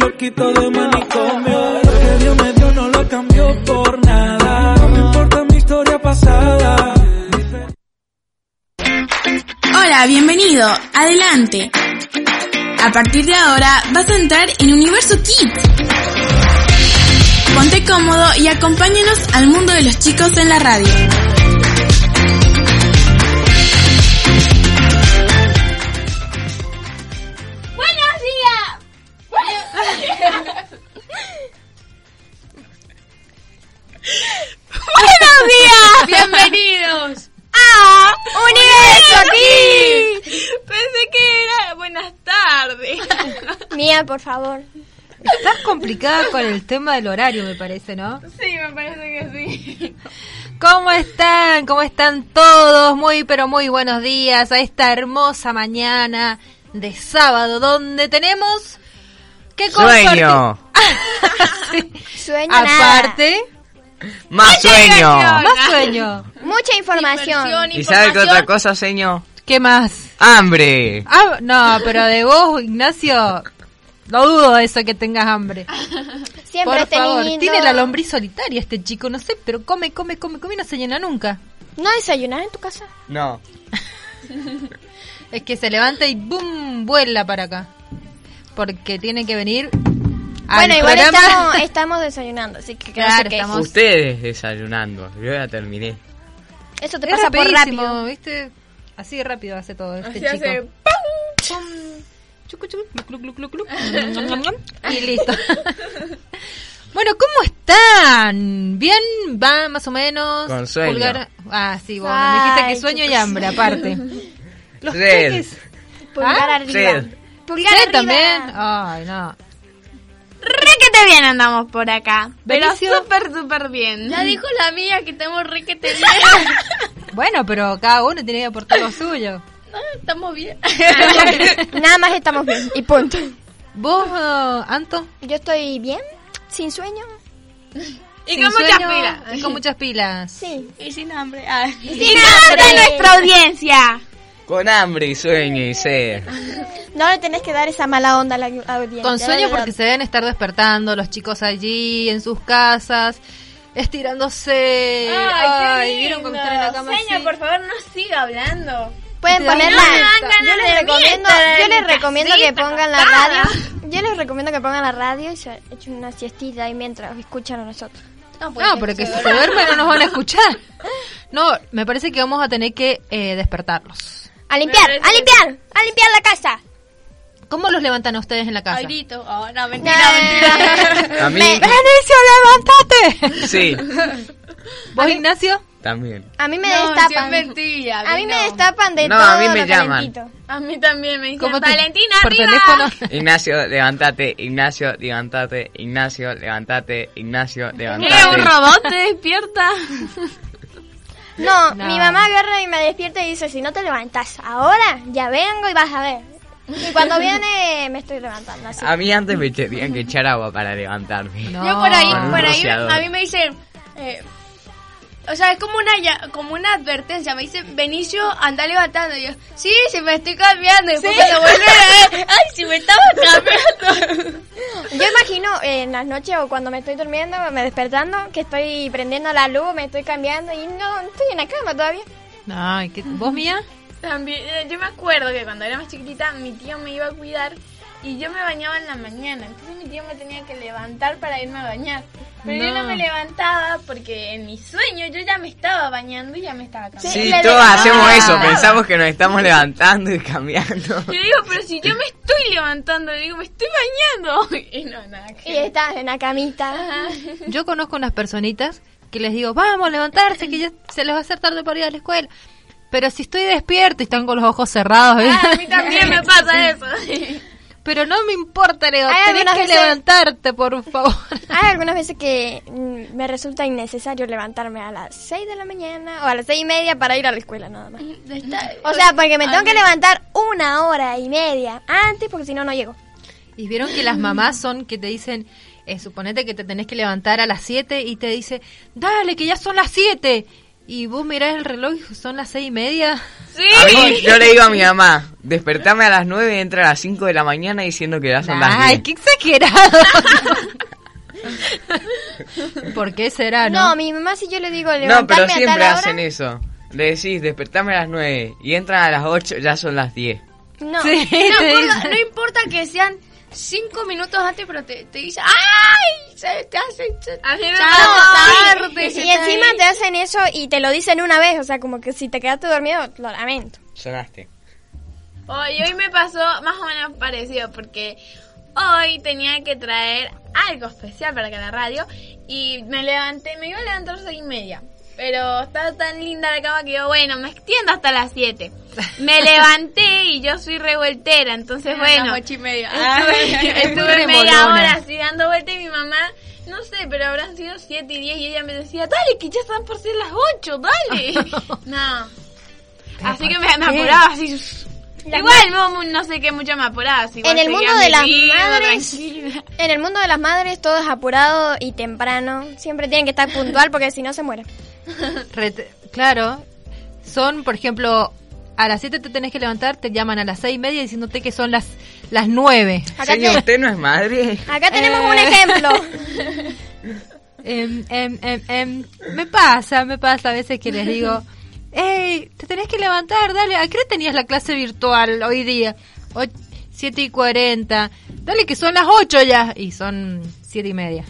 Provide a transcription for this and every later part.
loquito de manicomio. Lo que Dios me dio no lo cambió por nada. No me importa mi historia pasada. Hola, bienvenido. Adelante. A partir de ahora vas a entrar en Universo Kids. Ponte cómodo y acompáñanos al mundo de los chicos en la radio. ¡Buenos días! ¡Buenos días! ¡Bienvenidos! ¡A Universo Pensé que era buenas tardes. Mía, por favor. Estás complicada con el tema del horario, me parece, ¿no? Sí, me parece que sí. ¿Cómo están? ¿Cómo están todos? Muy, pero muy buenos días a esta hermosa mañana de sábado donde tenemos que Ah, compartir. Sueño. Sí. Sueño nada. Aparte, Más sueño. más sueño. Ah. Mucha información. ¿Y sabe qué otra cosa, señor? ¿Qué más? ¡Hambre! Ah, no, pero de vos, Ignacio, no dudo eso que tengas hambre. Siempre Por favor, teniendo- tiene la lombriz solitaria este chico, no sé, pero come, come, come, come y no se llena nunca. ¿No desayunar en tu casa? No. Es que se levanta y ¡boom! vuela para acá. Porque tiene que venir. al bueno, igual programa. estamos, estamos desayunando, así que, que no Claro, sé qué. estamos- Ustedes desayunando. Yo ya terminé. Eso te Es pasa por rapidísimo, rápido. ¿viste? Así de rápido hace todo este Así chico. hace Chucu, chucu, cluc, cluc, cluc, cluc, nom, nom, nom, y listo. bueno, ¿cómo están? ¿Bien? ¿Va más o menos? Con sueño. Ah, sí, bueno, me dijiste Ay, que sueño y hambre, aparte. Los Sed. peques. Pulgar ¿Ah? arriba. Sed. Pulgar Sed arriba. también? Ay, no. Requete bien andamos por acá. Pero Benicio. súper, súper bien. Ya dijo la mía que estamos re que te bien. Bueno, pero cada uno tiene que aportar lo suyo. No, estamos bien. Nada más estamos bien. Y punto. ¿Vos, eh, Anto? Yo estoy bien, sin sueño. Y sin con muchas sueño pilas. y con muchas pilas. Sí. Y sin hambre. Ah. Sin hambre. audiencia. Con hambre y sueño y sed. No le tenés que dar esa mala onda a la audiencia. Con sueño porque se deben estar despertando los chicos allí en sus casas, estirándose. Eh, Ay, ¿vieron cuando están en la cama Seña, así? por favor, no siga hablando. Pueden Te dan ponerla. ganas Yo de les mí, recomiendo, yo les estar en recomiendo casita, que pongan la acostada. radio. Yo les recomiendo que pongan la radio y se echen una siestita ahí mientras escuchan a nosotros. No, porque si se duermen no nos van a escuchar. No, me parece que vamos a tener que eh, despertarlos. A limpiar, Me a limpiar, a limpiar la casa. ¿Cómo los levantan a ustedes en la casa? Ay, grito. Oh, no, mentira, mentira. No. A mí, Me- ¡Benicio, levántate! sí. ¿Vos, Ignacio? También. a mí me No, sí es destapan. mentira. A mí me no. destapan de No, todo a mí me lo llaman. calentito. A mí también me dicen, ¿Cómo te- Valentina, por arriba. teléfono? Ignacio, levántate. Ignacio, levántate. Ignacio, levántate. Ignacio, ¿Qué? levántate. ¿Un robot te despierta? No, No. mi mamá agarra y me despierta y dice, si no te levantas ahora, ya vengo y vas a ver. Y cuando viene me estoy levantando así. A mí antes me tenían que echar agua para levantarme. No. Yo por ahí, Con un por ahí, rociador. a mí me dicen, eh, o sea, es como una, ya- como una advertencia, me dicen, Benicio, anda levantando, y yo, sí, si me estoy cambiando, y después cuando vuelve, eh, ay, si me estaba cambiando. Yo imagino eh, en las noches o cuando me estoy durmiendo, me despertando, que estoy prendiendo la luz, me estoy cambiando y no estoy en la cama todavía. Ay, ¿qué- ¿vos, Mía? También, eh, yo me acuerdo que cuando era más chiquitita, mi tío me iba a cuidar, y yo me bañaba en la mañana, entonces mi tío me tenía que levantar para irme a bañar, pero yo no No. me levantaba porque en mi sueño yo ya me estaba bañando y ya me estaba cambiando. Sí, le- todos le- hacemos Ah. eso. Pensamos que nos estamos levantando y cambiando. Yo digo, pero si yo me estoy levantando, le digo, me estoy bañando. Y no, nada que Y estás en la camita. Yo conozco unas personitas que les digo, vamos, levantarse, que ya se les va a hacer tarde para ir a la escuela. Pero si estoy despierto y están con los ojos cerrados, ¿eh? Ah, a mí también me pasa eso. pero no me importa, Leo, Hay tenés algunas que veces- levantarte, por favor. Hay algunas veces que mm, me resulta innecesario levantarme a las 6 de la mañana o a las 6 y media para ir a la escuela nada más. O sea, porque me tengo que levantar una hora y media antes porque si no, no llego. Y vieron que las mamás son que te dicen, eh, suponete que te tenés que levantar a las 7 y te dice, dale, que ya son las 7. Y vos mirás el reloj y son las seis y media. A mí, yo le digo a mi mamá, despertame a las 9 y entra a las 5 de la mañana diciendo que ya son las Ay, 10. qué exagerado. ¿Por qué será, no? No, mi mamá si yo le digo No, levantarme pero siempre a tal hacen hora. eso. Le decís, despertame a las 9 y entran a las 8, ya son las 10. No. Sí, No, te importa- dice. no importa que sean cinco minutos antes, pero te, te dice, ¡ay! Se te hace se- A mí me se pasa. hace tarde, se Y te- encima te hacen eso y te lo dicen una vez, o sea, como que si te quedaste dormido, lo lamento. Sonaste. Hoy, hoy me pasó más o menos parecido porque hoy tenía que traer algo especial para que la radio y me levanté, me iba a levantar seis y media. Pero estaba tan linda la cama que yo, bueno, me extiendo hasta las 7. Me levanté y yo soy revoltera, entonces bueno. Ocho y media. Ah, Estuve, estuve media Remolona. hora así dando vuelta y mi mamá, no sé, pero habrán sido 7 y 10 y ella me decía, dale, que ya están por ser las 8, dale. no. Así que me, me apuraba así. Igual, no, no sé qué, mucho me apuraba. así, igual En el seguía mundo de mi las vida, madres- tranquila. En el mundo de las madres todo es apurado y temprano. Siempre tienen que estar puntual porque si no se mueren. Rete- claro. Son, por ejemplo, a las 7 te tenés que levantar, te llaman a las seis y media diciéndote que son las las 9. Acá, Señor, te- ¿usted no es madre? acá tenemos un ejemplo. Em, em, em, em. Me pasa, me pasa a veces que les digo, hey, te tenés que levantar, dale, ¿a qué hora tenías la clase virtual hoy día? O 7 y 40, dale que son las 8 ya, y son 7 y media.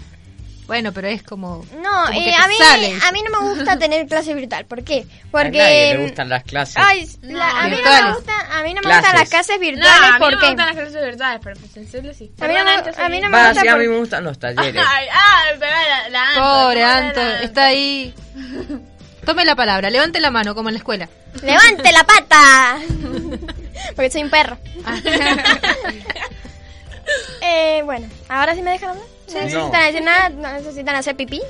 Bueno, pero es como... No, como que eh, te a, mí, sale. a mí no me gusta tener clase virtual. ¿Por qué? Porque... A nadie le gustan las clases. Ay, la- a, mí no me Virtuales. gusta, a mí no me Clases. gustan las clases No, virtuales a mí no me porque... gustan las clases de verdades, pero presenciales sí. A mí no me- Perdón, Anto, a mí no sí. me Va, gusta sí, a mí por- me gustan los talleres. Ay, ah, pero la, la Anto, ¿cómo Pobre era Anto, la está ahí. Tome la palabra, levante la mano, como en la escuela. ¡Levante la pata! Porque soy un perro. Eh, bueno, ahora sí me dejan hablar. No necesitan No. decir nada, no necesitan hacer pipí.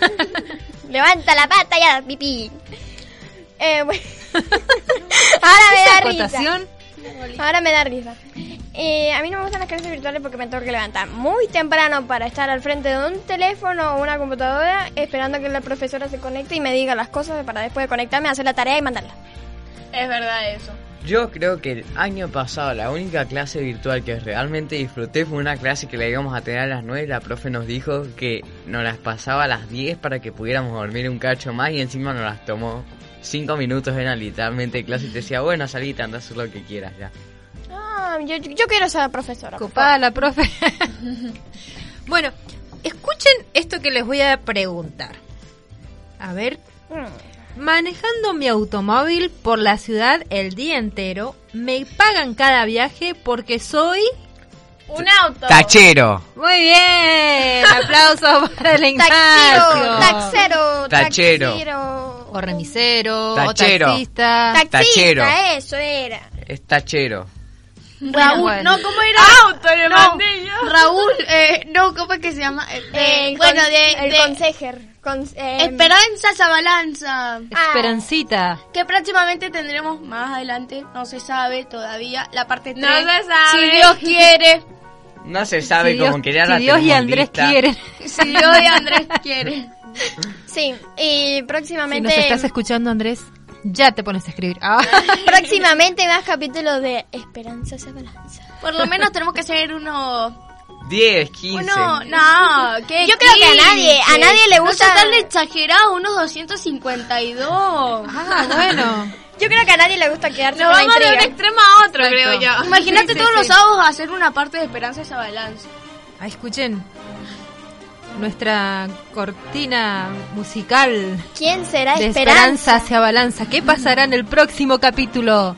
Levanta la pata y haz pipí. Eh, bueno. ahora me da Esa risa. acotación, Ahora me da risa. Eh, a mí no me gustan las clases virtuales porque me tengo que levantar muy temprano para estar al frente de un teléfono o una computadora esperando que la profesora se conecte y me diga las cosas para después de conectarme, hacer la tarea y mandarla. Es verdad eso. Yo creo que el año pasado la única clase virtual que realmente disfruté fue una clase que la íbamos a tener a las 9 y la profe nos dijo que nos las pasaba a las 10 para que pudiéramos dormir un cacho más y encima nos las tomó 5 minutos, era literalmente clase y te decía, bueno, salí, anda, haz lo que quieras ya. Ah, yo, yo quiero ser profesora. por copada la profe. bueno, escuchen esto que les voy a preguntar. A ver, favor. Mm. Manejando mi automóvil por la ciudad el día entero, me pagan cada viaje porque soy... Un auto. Tachero, Muy bien, aplausos para el Taxero, Ignacio. taxero, Tachero. taxero. O remisero, Tachero. o taxista. Taxista, Tachero. eso era. es tachero. Raúl, bueno. no, ¿cómo era? Auto le No, mandé yo. Raúl, eh, no, ¿cómo es que se llama? Eh, de- El bueno, con- de, el de consejer. con- eh, em, Esperanza Zabalanza. Ah. Ah, Esperancita. Que próximamente tendremos más adelante, no se sabe todavía, la parte 3. No se sabe. Si Dios quiere, No se sabe si como Dios, que ya si la Dios y tenemos Andrés lista. quieren. si Dios y Andrés quiere. Sí, y Si nos próximamente. estás escuchando, Andrés, ya te pones a escribir. Ah. próximamente más capítulos de Esperanza se balanza. Por lo menos tenemos que hacer uno... 10, 15. Uno... No, ¿qué Yo creo que a nadie, a nadie le gusta. No sea tan exagerado, unos 252. ah, bueno. Yo creo que a nadie le gusta quedarse Nos con la vamos de un intriga. extremo a otro, Exacto. creo yo. Imagínate Sí, todos sí, los sí. sábados hacer una parte de Esperanza Zabalanza. Ah, escuchen nuestra cortina musical. ¿Quién será de Esperanza? esperanza hacia balanza. ¿Qué pasará en el próximo capítulo?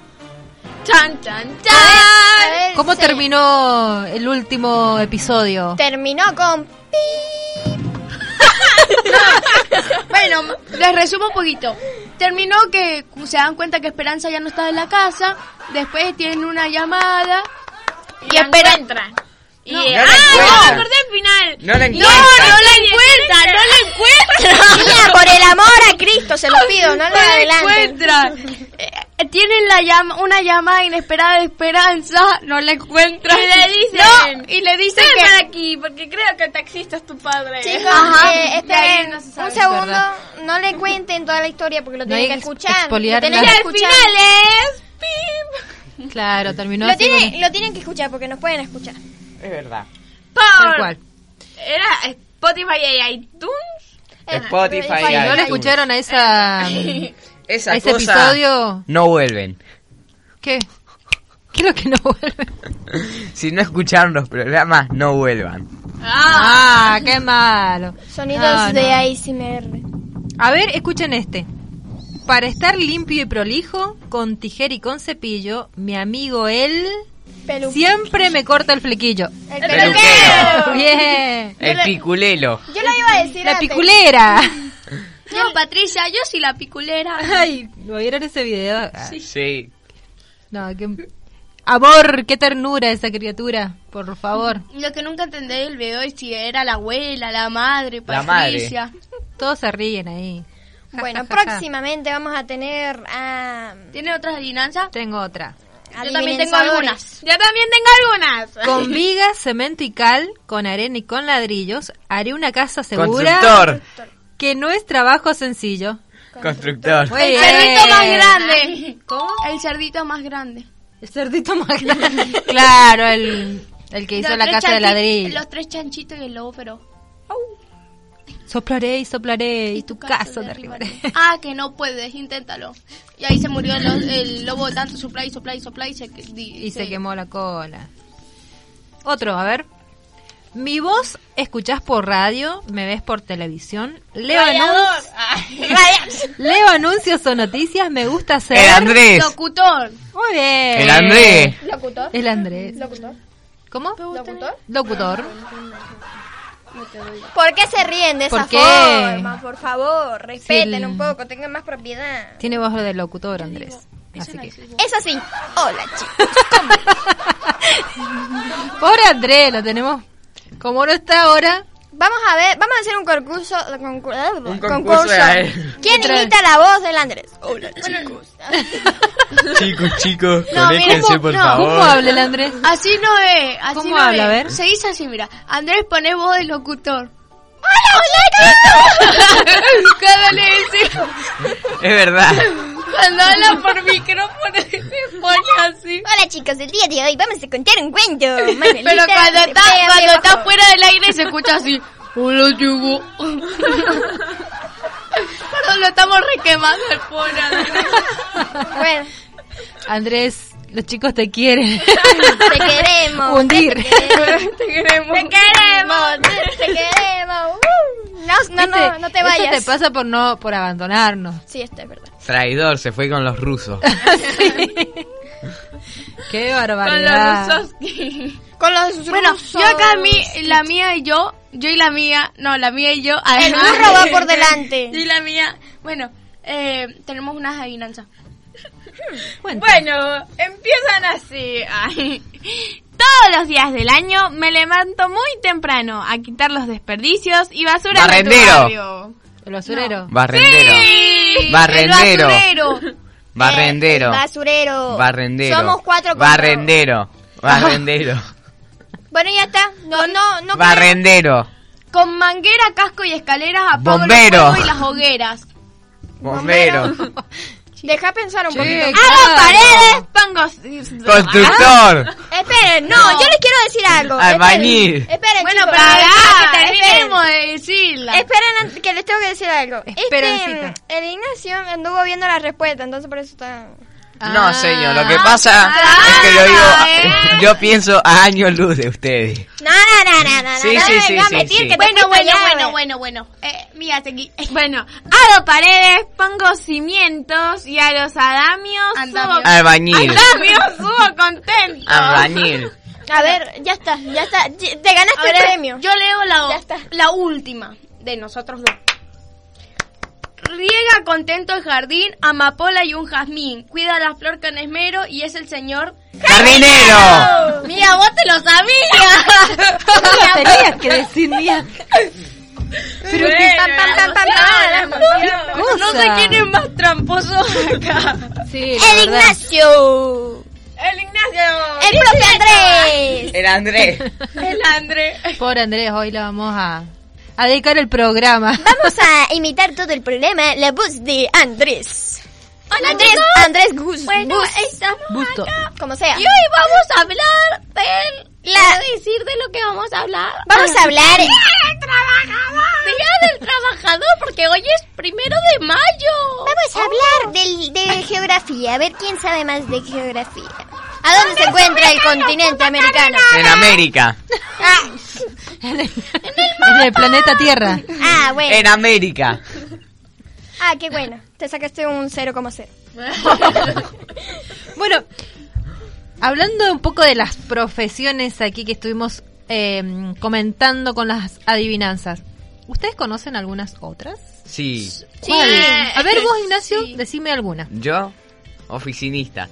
Chan, chan, chan. Ah, A ver, ¿Cómo se- terminó el último episodio? Terminó con Bueno, les resumo un poquito. Terminó que se dan cuenta que Esperanza ya no está en la casa. Después tienen una llamada. Y espera. Y, No. eh, No la ¡Ah! No, me encuentra. acordé al final. No la No, encuentra. no la encuentra, no la encuentra. Mira, por el amor a Cristo, se lo pido, no lo No la adelante. encuentra. Eh, tienen la llama, una llamada inesperada de esperanza, no la encuentran. Y le dicen- No, y le dicen Ven que... para aquí, porque creo que el taxista es tu padre. Chicos, Ajá. eh, De ahí esperen no se sabe, un segundo, ¿verdad? no le cuenten toda la historia porque lo No tienen hay que que escuchar. Lo expoliar tienen nada. que Al escuchar. final es... ¡Pim! Claro, terminó Lo así con- tienen, lo tienen que escuchar porque nos pueden escuchar. Es verdad. Tal Por- cual. Era Spotify y iTunes. Spotify, Si no iTunes. le escucharon a esa... Esa a ese cosa, episodio- No vuelven. ¿Qué? ¿Qué es lo que no vuelve? Si no escucharon los programas, no vuelvan. Ah, qué malo. Sonidos No, no. de ASMR. A ver, escuchen este. Para estar limpio y prolijo, con tijera y con cepillo, mi amigo él Pelu- siempre me corta el flequillo. el peluquero. peluquero. Bien. El piculelo. Yo lo iba a decir La antes. piculera. No, Patricia, yo soy la piculera. Ay, ¿lo vieron ese video? Sí. No, qué... Amor, qué ternura esa criatura, por favor. Lo que nunca entendí del video es si era la abuela, la madre, La madre. Patricia. Todos se ríen ahí. Ja, Bueno, ja, ja, ja. próximamente vamos a tener ah, a... ¿Tiene otras adivinanzas? Tengo otra. Yo también tengo adivinanzadores. algunas. Yo también tengo algunas. Con vigas, cemento y cal, con arena y con ladrillos, haré una casa segura. Constructor. Que no es trabajo sencillo. Constructor. Muy El bien. cerdito más grande. ¿Cómo? El cerdito más grande. El cerdito más grande. claro, el, el que hizo Los la tres casa de chanchi- ladrillo. Los tres chanchitos y el lobo, pero... Soplaré y soplaré y tu casa de derribaré. Ah, que no puedes, inténtalo. Y ahí se murió el, lo- el lobo de tanto sopla y sopla y sopla y se, que- di- Y se quemó la cola. Otro, a ver. Mi voz escuchás por radio, me ves por televisión, leo, anun- Ah, leo anuncios o noticias, me gusta ser... El Andrés. Locutor. Muy bien. El Andrés. ¿Locutor? El Andrés. ¿Locutor? ¿Cómo? ¿Locutor? Locutor. ¿Por qué se ríen de esa ¿Por qué? forma? Por favor, respeten el- un poco, tengan más propiedad. Tiene voz de locutor, Andrés. Así que... Eso sí. Hola, chicos. Pobre Andrés, lo tenemos. Como no está ahora, Vamos a ver, vamos a hacer un concurso. concur- Un concurso de él. ¿Quién Otra vez. imita la voz del Andrés? Chicos, chicos, No, conéctense mira, por no. favor. ¿cómo habla el Andrés? Así no es. Así ¿Cómo no habla? A es. ver. Se dice así, mira. Andrés, pone voz de locutor. Cada le decimos, Es verdad. cuando habla por micrófono, se pone así. Hola, chicos. El día de hoy vamos a contar un cuento. Manuelita, Pero cuando se está, pega cuando abajo. está fuera del aire se escucha así. Hola, Yugo. Perdón, lo estamos requemando el pobre Andrés. Bueno, Andrés, los chicos te quieren. te queremos. Hundir. Te queremos. Te queremos. Te queremos. Uh, No, no, no, no te Eso vayas. te pasa por no, por abandonarnos. Sí, esto es verdad. Traidor, se fue con los rusos. Qué Con los barbaridad. rusos. Con los Bueno, rusos. yo acá, mi, la mía y yo, yo y la mía, no, la mía y yo. El burro va por delante. Yo y la mía. Bueno, eh, tenemos unas adivinanzas. Cuenta. Bueno, empiezan así. Ay. Todos los días del año me levanto muy temprano a quitar los desperdicios y basura de tu Barrendero. barrio. El basurero. Barrendero. Sí. Barrendero. El basurero. Barrendero. Eh, Basurero. Barrendero. Somos cuatro contra- Barrendero. Barrendero. Bueno, ya está. No, no, no. Barrendero. Con manguera, casco y escaleras apago Bombero. los fuegos y las hogueras. Bombero. Deja pensar un poquito. Ah, Hago paredes, pongo... Constructor. Esperen, no, yo les quiero decir algo. Albañil. Esperen, esperen, Bueno, chicos. pero Esperen, que esperen. terminemos de decirla. Esperen, an- que les tengo que decir algo. Este, Esperancita. el Ignacio anduvo viendo la respuesta, entonces por eso está... Ah, No, Ah. señor, lo que pasa es que lo digo, yo pienso a años luz de ustedes. No, no, no, no, no, Sí, no, sí, me sí, vengas a sí, mentir sí. que te Bueno, fuiste bueno, allá, bueno, güey. bueno, bueno. Eh, mira, seguí. Bueno, hago paredes, pongo cimientos y a los adamios Andamios. subo... Albañil. Andamios subo contento. Albañil. A ver, ya está, ya está, ya- te ganaste Ahora, el premio. Yo leo Ya la, está. la última de nosotros dos. Riega contento el jardín, amapola y un jazmín. Cuida la flor con esmero y es el señor. Jardinero. Mira, vos te lo sabías. Tenías que decir, mía. Pero que Bueno, las emociones, las emociones. cosa. No sé quién es más tramposo acá. Sí, la ¡El verdad. Ignacio! El Ignacio. ¡El profe Andrés! El Andrés. El André. Pobre Andrés, hoy la vamos a, a dedicar el programa. Vamos a imitar todo el problema, la voz de Andrés. Hola, Andrés, chicos. Andrés Gus. Bueno, Gus, estamos Busto. acá. como sea. Y hoy vamos a hablar de... La- Voy a decir de lo que vamos a hablar. Vamos a hablar. del trabajador! ¡Día del trabajador! Porque hoy es primero de mayo. Oh. Vamos a hablar del- de geografía, a ver quién sabe más de geografía. ¿A dónde se encuentra el continente americano? En América. Ah, en, el, en el planeta Tierra. ah, En bueno. América. Ah, qué bueno. Te sacaste un 0,0. Bueno, hablando un poco de las profesiones aquí que estuvimos eh, comentando con las adivinanzas. ¿Ustedes conocen algunas otras? Sí. ¿Cuál? A ver vos, Ignacio, decime alguna. Yo, oficinista.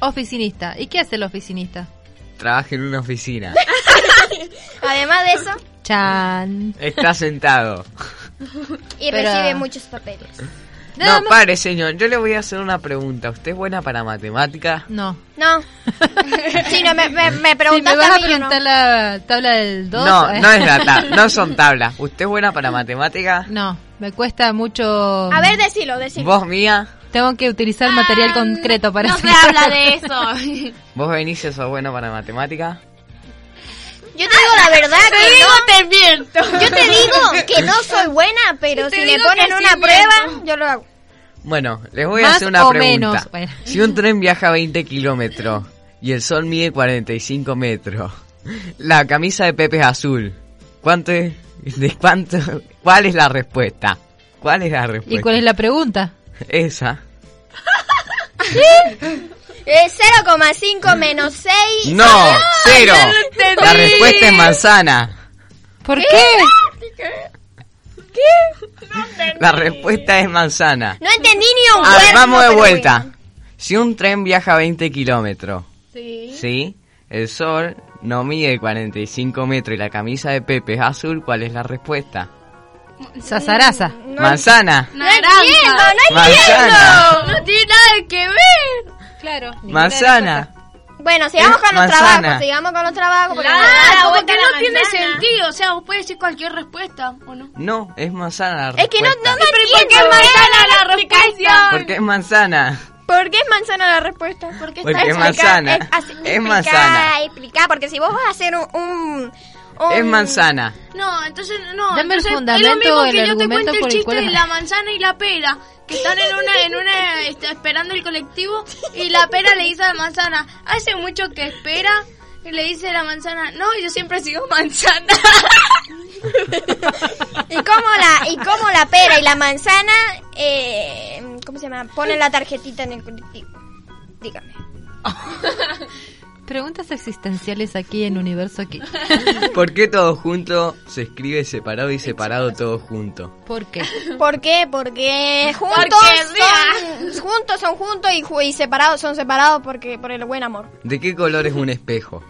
Oficinista. ¿Y qué hace el oficinista? Trabaja en una oficina. Además de eso, Chan. Está sentado. y Pero- recibe muchos papeles. Nada No, más- pare, señor. Yo le voy a hacer una pregunta. ¿Usted es buena para matemática? No. No. Sí, no, me, me, me Si me preguntaste vas a a mí, yo no. preguntar la tabla del 2. No, no es la tabla. No son tablas. ¿Usted es buena para matemática? No, me cuesta mucho. A ver, decilo, decilo. ¿Vos, mía? Tengo que utilizar material concreto para No se hacer- habla de eso. ¿Vos, Benicio, sos bueno para matemática? Yo te digo la verdad que no. te miento. Yo te digo que no soy buena, pero te si me digo ponen que una sí prueba, miento. yo lo hago. Bueno, les voy Más a hacer una o pregunta. menos, bueno. Si un tren viaja 20 kilómetros y el sol mide 45 metros, la camisa de Pepe es azul. ¿Cuánto es? ¿De cuánto? ¿Cuál es la respuesta? ¿Cuál es la respuesta? ¿Y cuál es la pregunta? Esa. Eh, 0,5 menos Ah, 6. No, cero. La respuesta es manzana. ¿Por qué? La respuesta es manzana. No entendí ni un A ver, cuerno, vamos de pero vuelta. bueno. Si un tren viaja 20 kilómetros, Sí. ¿sí? El sol no mide 45 metros y la camisa de Pepe es azul, ¿cuál es la respuesta? Mm, Sazaraza. Manzana. No entiendo, no Manzana. No tiene nada que ver. Claro. Manzana. ent- Bueno, sigamos con los Manzana. trabajos, sigamos con los trabajos. porque Ah, no- porque la no tiene manzana. sentido. O sea, puede decir cualquier respuesta, ¿o no? No, es manzana. La Es que no, respuesta. no me ¿Por qué entiendo. manzana la respuesta? ¿Por qué es manzana? ¿Por qué es manzana la respuesta? Porque está Porque es explicada. manzana. Es, así, Es explica, manzana. explica, porque si vos vas a hacer un... un- un- Es manzana. No, entonces no. Dame el entonces, fundamento, es lo mismo el que yo te argumento cuente el por el chiste cual- de la manzana y la pera, que están en una, en una, este, esperando el colectivo y la pera le dice a la manzana, hace mucho que espera. Y le dice la manzana, no, yo siempre sigo manzana. Y cómo la, y cómo la pera y la manzana, eh, ¿cómo se llama? Ponen la tarjetita en el colectivo. Dígame. Preguntas existenciales aquí en Universo aquí. ¿Por qué todo junto se escribe separado y separado todo junto? ¿Por qué? ¿Por qué? Porque juntos son, juntos son juntos y, ju- y separados son separados porque por el buen amor. ¿De qué color es un espejo?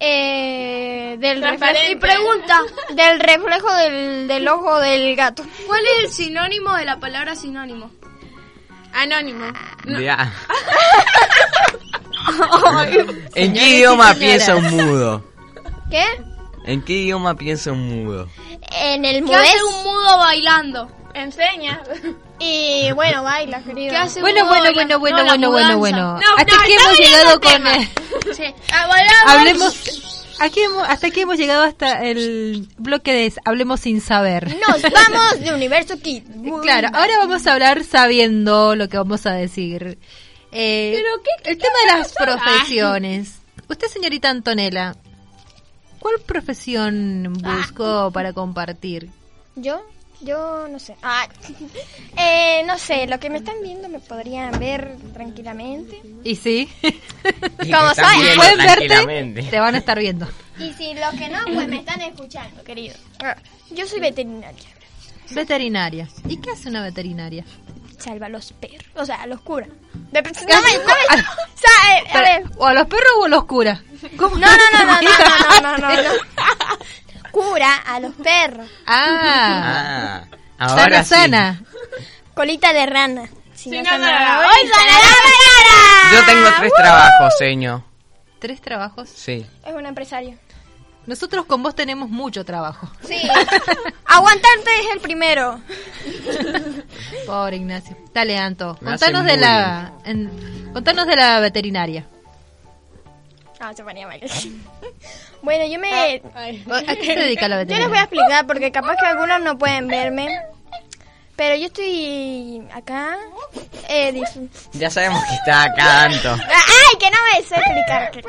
Eh, del reflejo, Transparente. y pregunta del reflejo del, del ojo del gato. ¿Cuál es el sinónimo de la palabra sinónimo? Anónimo. De A. ¿En qué idioma piensa un mudo? ¿Qué? ¿En qué idioma piensa un mudo? En el ¿Qué hace mudez. un mudo bailando? Enseña. Y bueno, baila, querido. ¿Qué hace Bueno, un mudo bueno, bailando? bueno, bueno, No, la bueno, bueno, bueno. mudanza. hasta no, aquí está hemos bien llegado el con tema. eh, Sí. Ah, bailamos. hablemos aquí hemos- hasta aquí hemos llegado hasta el bloque de hablemos sin saber. Nos vamos de Universo Kid. Claro, ahora vamos a hablar sabiendo lo que vamos a decir. Eh, el tema de las profesiones. Usted, señorita Antonella, ¿cuál profesión Ah. buscó para compartir? Yo, yo no sé. Ah, eh, no sé, lo que me están viendo me podrían ver tranquilamente. Y sí, Como Están soy. viendo pueden verte, tranquilamente. te van a estar viendo. Y si los que no, pues me están escuchando, querido. Ah, Yo soy veterinaria. Veterinaria. ¿Y qué hace una veterinaria? Salva a los perros. O sea, a los cura. De- no me- ¿Qué no hace? me- o sea, eh, a ver. Pero, ¿O a los perros o a los curas? ¿Cómo? No, no, no, no, no, no, no, no, no. cura a los perros. Ah, Ah, sana, ahora sí. sana. Colita de rana. Si Si no no sanará sanará hoy, hoy, sanará mañana. Yo tengo tres trabajos, señor. Tres trabajos. Sí. Es un empresario. Nosotros con vos tenemos mucho trabajo. Sí. Aguantarte es el primero. Pobre Ignacio. Dale, Anto. Me Contanos hacen de la en- contanos de la veterinaria. Ah, se ponía mal. bueno, yo me... ¿A qué se dedica la Yo les voy veterinaria? a explicar porque capaz que algunos no pueden verme. Pero yo estoy acá. eh, dis- Ya sabemos que está acá Anto. ¡Ay, que no me sé explicar! que-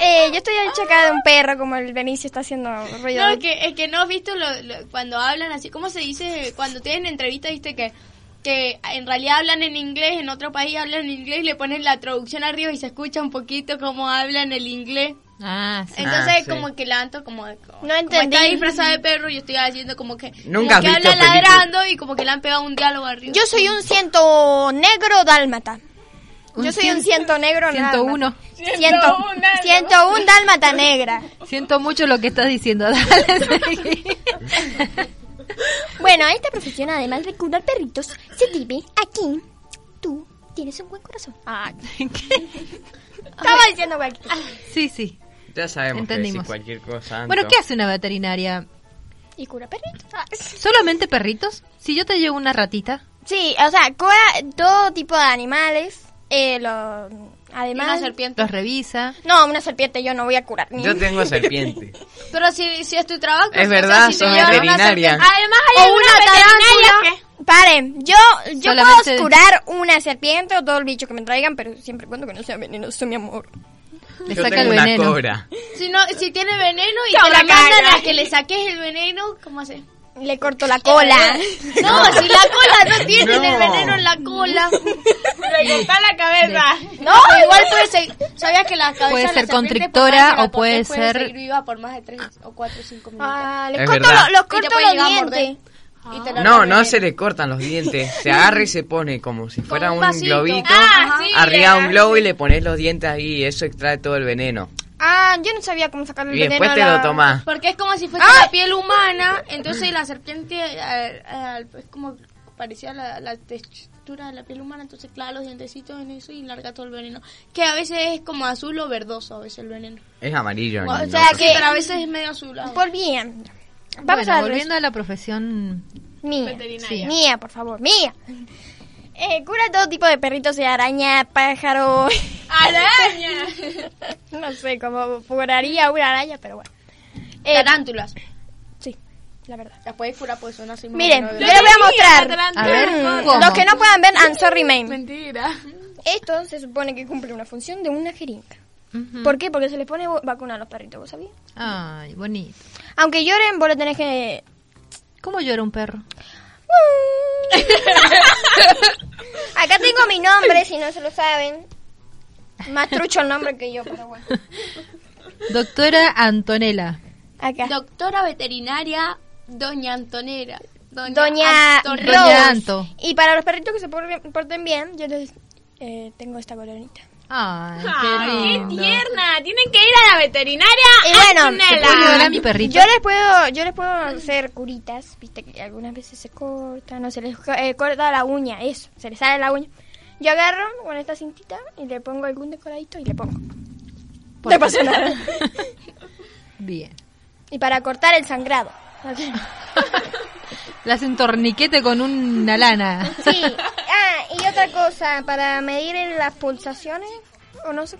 Eh, yo estoy hecha acá de un perro, como el Benicio está haciendo ruido. No, es que, es que no has visto lo- lo- cuando hablan así. ¿Cómo se dice cuando tienen entrevistas? Viste que, que en realidad hablan en inglés, en otro país hablan en inglés, le ponen la traducción arriba y se escucha un poquito cómo hablan el inglés. Ah, sí. Entonces, Ah, sí. como que lanto, como, como- como entendí. está disfrazada de perro, yo estoy haciendo como que. Nunca como que has visto habla película. ladrando y como que le han pegado un diálogo arriba. Yo soy un ciento negro dálmata. Yo soy un ciento negro dálmata. 101. Ciento, ciento un dálmata negra. Siento mucho lo que estás diciendo. Dale, seguí. Bueno, esta profesión, además de curar perritos, se vive aquí. Tú tienes un buen corazón. Ah, estaba diciendo cualquier sí, sí. Ya sabemos Entendimos. que decís cualquier cosa. Anto. Bueno, ¿qué hace una veterinaria? Y cura perritos. Ah, ¿Solamente perritos? Si yo te llevo una ratita. Sí, o sea, cura todo tipo de animales. Eh, lo, Y además... una serpiente. Los revisa. No, una serpiente yo no voy a curar. Ni Yo tengo serpiente. Pero si, si es tu trabajo. Es o sea, verdad, si te sos llevan una veterinaria. Además hay o algunas una veterinarias tarántula. Paren, yo, yo Solamente- puedo curar una serpiente o todo el bicho que me traigan, pero siempre y cuando que no sea venenoso, mi amor. Le Yo saca tengo el una veneno. cobra. Si, no, si tiene veneno y Chao, te la la mandan caga. a que le saques el veneno, ¿cómo hace? Le corto la cola. No, si la cola no tiene No. el veneno en la cola. que le cortan la cabeza. No, igual puede ser. Sabías que la cabeza Puede de la ser serpiente, constrictora por más que la o puede cortes, ser- seguir viva por más de 3 o 4 o 5 minutos. Ah, le Es corto, verdad. lo- los Y te corto puede los llegar a morder. dientes. Y te la No, reviven. no se le cortan los dientes. Se agarra y se pone como si fuera un un, vasito. globito. Ah, sí, arriba de un le- globo y le pones los dientes ahí. Y eso extrae todo el veneno. Ah, yo no sabía cómo sacar el Y veneno. después a te lo la- ¡Ah! tomás. Porque es como si fuese ¡Ay! la piel humana, entonces la serpiente eh, eh, es como parecía la, la textura de la piel humana, entonces clava los dientecitos en eso y larga todo el veneno. Que a veces es como azul o verdoso, a veces el veneno. Es amarillo. O no sea sé. que pero a veces es medio azul. Volviendo. Vamos Bueno, a la volviendo a la profesión. Mía. Veterinaria. Mía, por favor, mía. Eh, cura todo tipo de perritos, de araña, pájaro. Araña. no sé cómo curaría una araña, pero bueno. Eh, Tarántulas. sí, la verdad. Las puedes curar pues, porque son así. Miren, yo menos- les voy a mostrar. Atlanta. A ver, ¿cómo? Los que no puedan ver, I'm sorry, ma'am. Mentira. Esto se supone que cumple una función de una jeringa. Ujú. ¿Por qué? Porque se les pone vacuna a los perritos, ¿vos sabías? Ay, bonito. Aunque lloren, vos lo tenés que... ¿Cómo llora un perro? Acá tengo mi nombre, si no se lo saben. Más trucho el nombre que yo, pero bueno. Doctora Antonella. Acá. Doctora veterinaria Doña Antonera. Doña Antonera. Doña Rose. Anto. Y para los perritos que se por- porten bien, yo les eh, tengo esta colorita. Ay, qué Ay, lindo. qué tierna. Tienen que ir a la veterinaria. Y bueno, ¿Puedo llorar a mi perrito? yo les puedo, yo les puedo hacer curitas, viste que algunas veces se cortan, no se les ca- eh, corta la uña, eso, se les sale la uña. Yo agarro con esta cintita y le pongo algún decoradito y le pongo. No pasa nada. Bien. Y para cortar el sangrado. Le hace un torniquete con una lana. Sí. Ah, y otra cosa, para medir las pulsaciones, o no sé.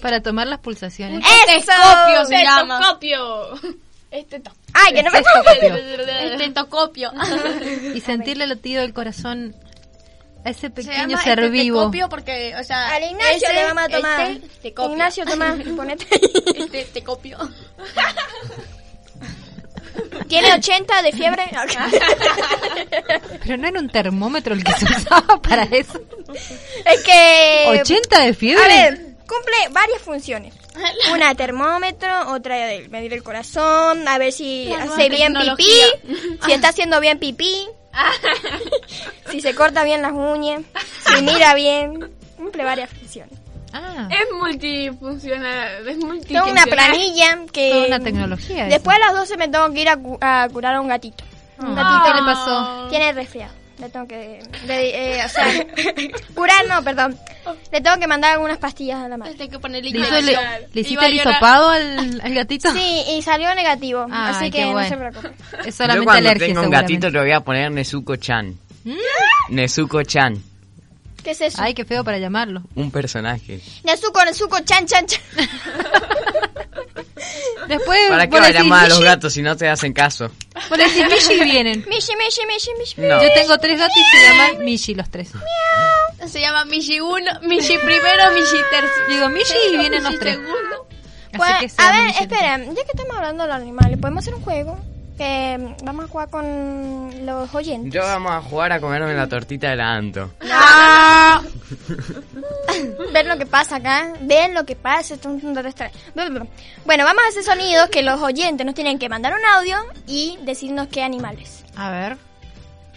Para tomar las pulsaciones. ¡Eso! se llama. Copio. Este top. ¡Ay, que no me Estetoscopio. Estetoscopio. Y sentirle el latido del corazón a ese Se pequeño llama este ser vivo. estetoscopio porque, o sea, Al Ignacio ese- le vamos a tomar. este te copio. Ignacio, toma, ponete. Este te copio. ¿Tiene 80 de fiebre? Ok. Pero no era un termómetro el que se usaba para eso. es que... ¿80 de A fiebre? ver, cumple varias funciones. Una termómetro, otra de medir el corazón, a ver si La nueva hace bien pipí, si está haciendo bien pipí, Ah. si se corta bien las uñas, si mira bien. Cumple varias funciones. Ah, Es multifuncional, es multi. Tengo una planilla que... toda una tecnología. esa. Después a las 12 me tengo que ir a, cu- a curar a un gatito. Un gatito Ah. le pasó. Tiene resfriado. Le tengo que... de- eh, o sea, curar no, perdón. Le tengo que mandar algunas pastillas a la madre. Tengo que ponerle ¿Le, hizo- le- inyección. le Iba hiciste a el llorar. hisopado al, al gatito? Sí, y salió negativo. Ay, así qué que no bueno. se preocupen. Es Yo solamente cuando alergia, tenga un seguramente. gatito le voy a poner Nezuko-chan. Nezuko-chan, ¿Qué es eso? Ay, qué feo para llamarlo. un personaje. Nezuko, Nezuko, chan, chan, chan. Eh, Después ¿Para qué vos va a decís, llamar a los "Mishi", gatos si no te hacen caso? vos le decís, "Mishi", y vienen. Mishi, mishi, mishi, mishi. No. Yo tengo tres gatos y se llaman Mishi los tres. Se llama Michi 1, Michi primero, Michi tercero. Digo, Mishi y vienen los Michi tres. segundo. Así que Pues, se a llaman ver, Mishi. esperen, ya que estamos hablando de los animales, podemos hacer un juego que mm, vamos a jugar con los oyentes. Yo vamos a jugar a comerme la tortita de la Anto. Ver lo que pasa acá, ver lo que pasa. esto es un desastre. Bla, bla, bla. Bueno, vamos a hacer sonidos que los oyentes nos tienen que mandar un audio y decirnos qué animales. A ver.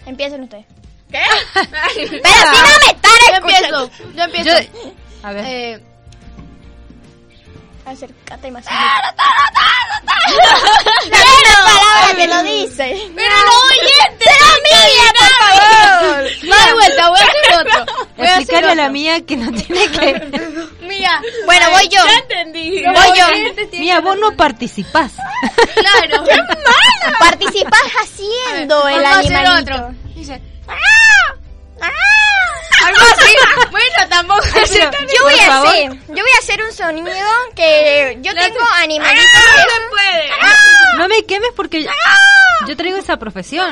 Empiecen ustedes. ¿Qué? Pero si no me están escuchando. Empiezo, yo empiezo. Yo- A ver. Eh, Acércate más. La primera palabra te lo dice. pero no oyente, no mía, por favor. Va de vuelta, voy a hacer otro. Voy a hacer Explicarle a la otro. mía que no tiene que... Mía, Bueno, voy yo. Ya entendí. Voy yo. Mía, vos no participás. claro. Participas haciendo el Vamos a hacer animalito. otro. Dice, algo así. bueno, tampoco es Pero- Yo voy Por a favor. hacer, yo voy a hacer un sonido que yo tengo animalitos. Ah, No se puede. No me quemes porque yo, ¡Ah! yo traigo esa Ah. profesión.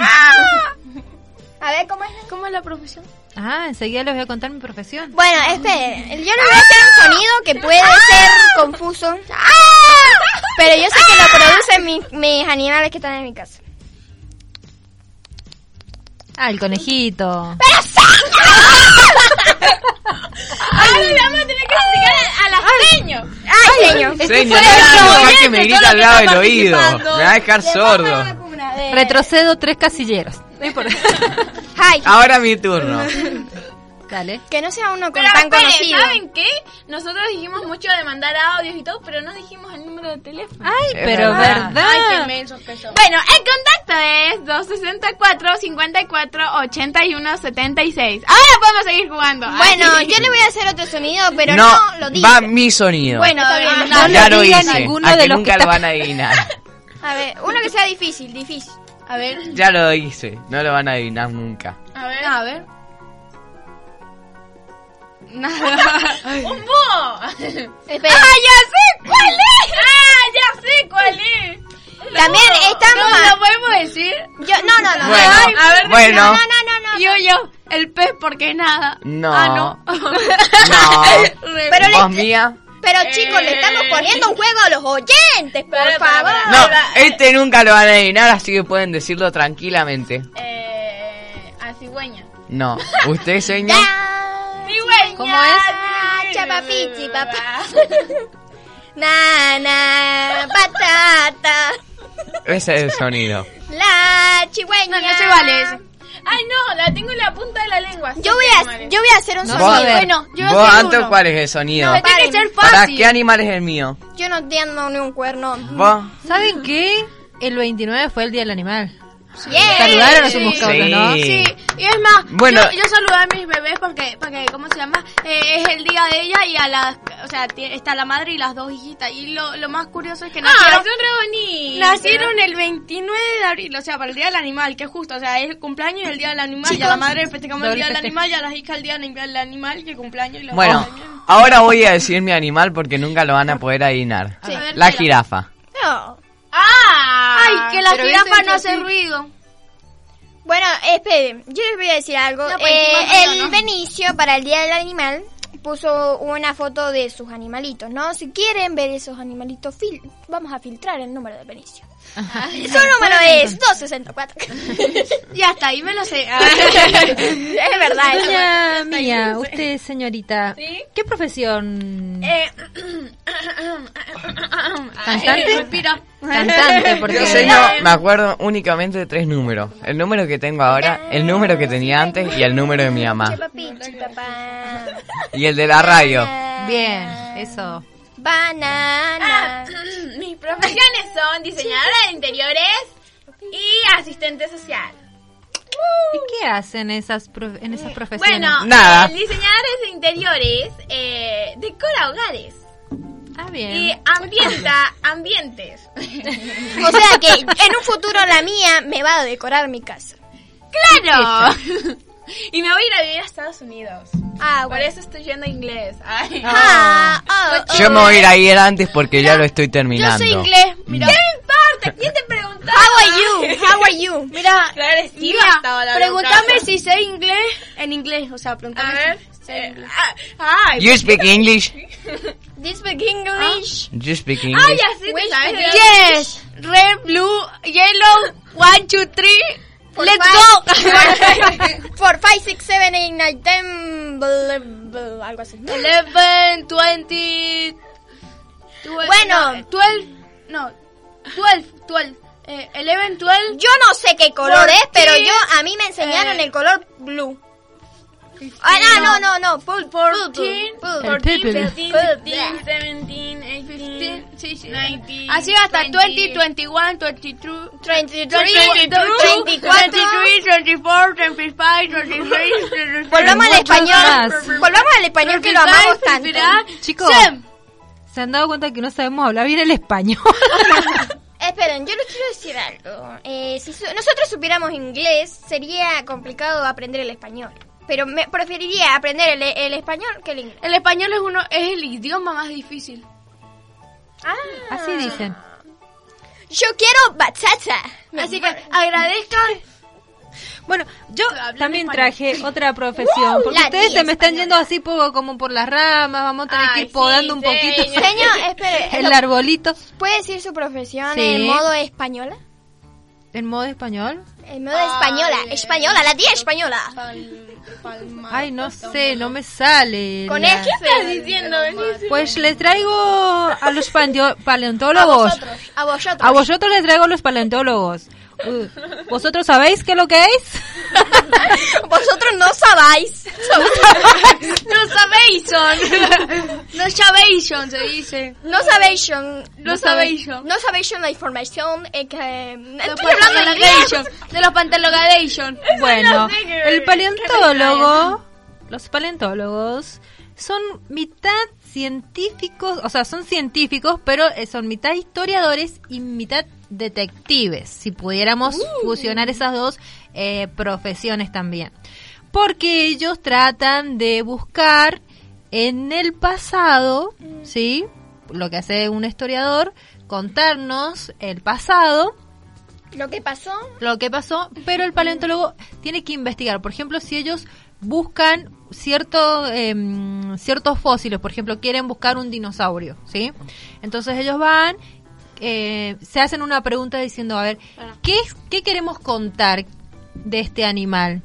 A ver cómo es. ¿Cómo es la profesión? Ah, enseguida les voy a contar mi profesión. ¡Ah! Bueno, esperen. Yo les voy a hacer un sonido que puede ser confuso. Pero yo sé que lo producen mis, mis animales que están en mi casa. Ah, el conejito. Ay, vamos a tener que explicar a- a las peños. Ay, señor. fue Señor, no el va a dejar que oyente, me todo grita lo al que lado está del oído. Me participando. va a dejar sordo. Retrocedo tres casilleros. No importa. Ay, Ahora mi turno. Dale. que no sea uno con Pero tan esperen, conocido. ¿saben qué? Nosotros dijimos mucho de mandar audios y todo, pero no dijimos el número de teléfono. Ay, Es pero verdad. verdad. Ah. Bueno, el contacto es 264-54-81-76. Ahora podemos seguir jugando. Bueno, yo le voy a hacer otro sonido, pero no, no, lo digo. va mi sonido. Bueno, está bien. no ya lo lo diga hice. ninguno a de que los que nunca está- lo van a adivinar. A ver, uno que sea difícil, difícil. A ver, Ya lo hice. No lo van a adivinar nunca. a ver. a ver. Nada. ¡Un búho! Espera. ¡Ah, ya sé cuál es! ¡Ah, ya sé cuál es! También No, estamos. no podemos decir. Yo, no, no, no. Bueno, Ay, a ver, bueno. No, no, no, no. Yo, yo, el pez porque nada. No. Ah, no. No. Pero le- ¿Vos mía? Pero chicos, le Eh. estamos poniendo un juego a los oyentes, por Para, para, favor. para. No, Ahora- este nunca lo van a adivinar, así que pueden decirlo tranquilamente. Eh, a cigüeña. No. ¿Usted, señor? Ya, ¡Cigüeña! ¿Cómo es? ya, chapapichi, Ah, papá. Na, na, patata. Ese es el sonido. La Ah, chihuahua. No, no se vale eso. Ay, no, la tengo en la punta de la lengua. Yo voy a, yo voy a hacer un No, sonido. a ver. Bueno, yo voy ¿Vos, a hacer Anto, uno. cuál es el sonido? No, tiene que ser ¿Para fácil. qué animal es el mío? Yo no entiendo ni un cuerno. ¿Vos? ¿Saben qué? El 29 fue el Día del Animal. Yeah. Saludaron a sus mascotas, ¿no? Sí, y es más, Bueno. yo, yo saludé a mis bebés porque, porque ¿cómo se llama? Eh, es el día de ella y a las, o sea, ti- está la madre y las dos hijitas. Y lo, lo más curioso es que Ah, nacieron, son re bonitos. nacieron el 29 de abril, o sea, para el Día del Animal, que es justo, o sea, es el cumpleaños y el Día del Animal, y a la madre festejamos el doble Día del festejo. Animal, y a las hijas el Día del Animal, que cumpleaños y los Bueno, ahora voy a decir mi animal porque nunca lo van a poder adivinar. Sí. A ver, La tira. jirafa. No. ¡Ah! Ay, que la pero jirafa ese no es hace así. ruido. Bueno, esperen, yo les voy a decir algo. No, pues, Eh, encima no, el no. Benicio, para el Día del Animal, puso una foto de sus animalitos, ¿no? Si quieren ver esos animalitos, fil- vamos a filtrar el número de Benicio. Su número es 264. Y hasta ahí me lo sé. Ah, es verdad. es Doña verdad. Mía, usted, señorita, ¿qué profesión? Eh, ¿Cantante? Respira. Cantante, porque... Yo sé, no, me acuerdo únicamente de tres números. El número que tengo ahora, el número que tenía antes y el número de mi mamá. Papi, papá. Y el de la radio. Bien, eso. Ah, Banana. Mis profesiones son diseñadora de interiores y asistente social. ¿Y qué hacen esas prof- en esas profesiones? Bueno, Nada. eh, el diseñadores de interiores eh, decora hogares ah, bien. y ambienta ambientes. O sea que en un futuro la mía me va a decorar mi casa. ¡Claro! y me voy a ir a vivir a Estados Unidos. Ah, Por eso estoy yendo a inglés. Ay. pues Ah, ah, Yo me voy a ir a ir antes porque ya lo estoy terminando. Mm. Mira. ¿Qué me importa? ¿Quién te preguntó? How are you? How are you? Mira, Agresiva hasta ahora, mira, Lucas. pregúntame si sé inglés en inglés, o sea, A pregúntame. ver. eh, ah, ay. pues, You speak English? This speak English. You speak Ay, English? ya sé, te sabes. de- Yes. Red, blue, yellow, one, two, three. Let's go. For 5, 6, 7, 8, 9, 10, bla, bla, algo así. Eleven, twenty. twe- Bueno. no, twelve, no, twelve, twelve. Eh, eleven, twelve. Yo no sé qué color Porque, es, pero yo a mí me enseñaron eh, el color blue. Ah, no, no, no, no, purple, purple, Fourteen, purple. El people. 15, 17, 18, Sí, sí. 19, Así hasta 20, 20. 21, 22. 23, 24, 24. 24, 25, 26, Volvamos al Muchos español. más. Volvamos al español que lo amamos tanto. Chicos, ¿se han dado cuenta que no sabemos hablar bien el español? Eh, Esperen, yo les quiero decir algo. Eh, si su- nosotros supiéramos inglés, sería complicado aprender el español. Pero me preferiría aprender el, el español que el inglés. El español es uno es el idioma más difícil. Ah, Así dicen. Yo quiero bachata. Así que agradezcan Bueno, yo Hablando también español. traje otra profesión. porque la ustedes tía se me están yendo así poco, como por las ramas. Vamos a tener que Ay, ir podando sí, un poquito sí. Señor, espere. el arbolito. ¿Puede decir su profesión Sí. en modo española? ¿En modo español? En modo española. Española, la tía española. Ay, no sé, no me sale. Ah, Con la- X. estás diciendo, ¿eh? Benicio? Pues les traigo a los paleo- paleontólogos. A vosotros. A vosotros les traigo los paleontólogos. Uh, ¿Vosotros sabéis qué es lo que es? Vosotros no sabáis. no sabéis son. No sabéis son se dice. No sabéis. No, No sabéis son. No sabéis la información. eh, que, Los estoy hablando en inglés. pantalogation, de los pantalogation. Bueno, sé que- el paleontólogo, los paleontólogos son mitad científicos, o sea, son científicos, pero eh, son mitad historiadores y mitad detectives. Si pudiéramos fusionar esas dos eh, profesiones también. Porque ellos tratan de buscar en el pasado, ¿sí? Lo que hace un historiador, contarnos el pasado Lo que pasó. lo que pasó, pero el paleontólogo tiene que investigar. Por ejemplo, si ellos buscan cierto, em, ciertos fósiles, por ejemplo, quieren buscar un dinosaurio, ¿sí? Entonces ellos van, eh, se hacen una pregunta diciendo, a ver, ¿qué, es- ¿qué queremos contar de este animal?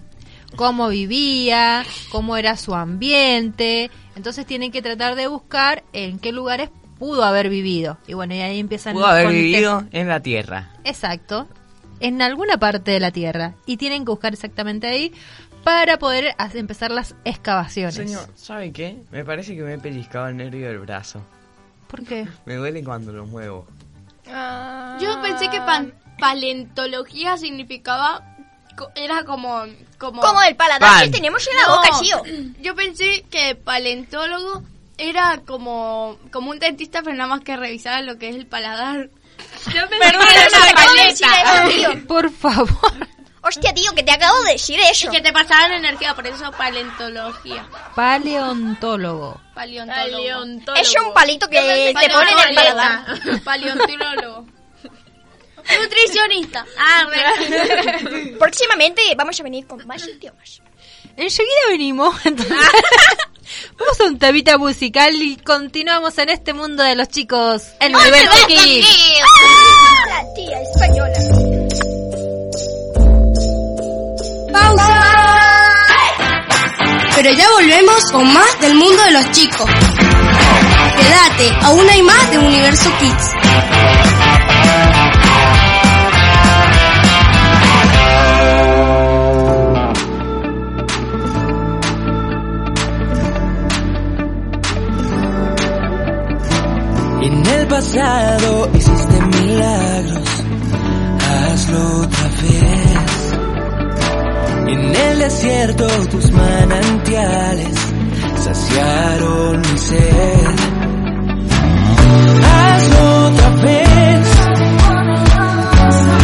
¿Cómo vivía? ¿Cómo era su ambiente? Entonces tienen que tratar de buscar en qué lugares pudo haber vivido. Y bueno, y ahí empiezan Pudo haber con el tema. vivido en la tierra. Exacto. En alguna parte de la Tierra. Y tienen que buscar exactamente ahí para poder ha- empezar las excavaciones. Señor, ¿sabe qué? Me parece que me he pellizcado el nervio del brazo. ¿Por qué? Me duele cuando lo muevo. Yo pensé que pan- paleontología significaba co- era como como Como el paladar que Pan. tenemos en la boca, tío. Yo pensé que paleontólogo era como como un dentista pero nada más que revisaba lo que es el paladar. Yo pensé que Pero era yo te una acabo de decir paleta. eso, tío. Por favor. Hostia, tío, que te acabo de decir eso. Que te pasaban energía, por eso paleontología. Paleontólogo. Paleontólogo. Paleontólogo. Es un palito que Yo pensé te que pone en el era una paladar. paleta. Paleontólogo. Nutricionista. Ah, Próximamente vamos a venir con más idiomas. Enseguida venimos. entonces. Vamos a un tabita musical y continuamos en este mundo de los chicos. En ¡Ah, Universo Kids. La tía española. Pero ya volvemos con más del mundo de los chicos. Quédate, aún hay más de Universo Kids. pasado hiciste milagros, hazlo otra vez. En el desierto tus manantiales saciaron mi sed. Hazlo otra vez.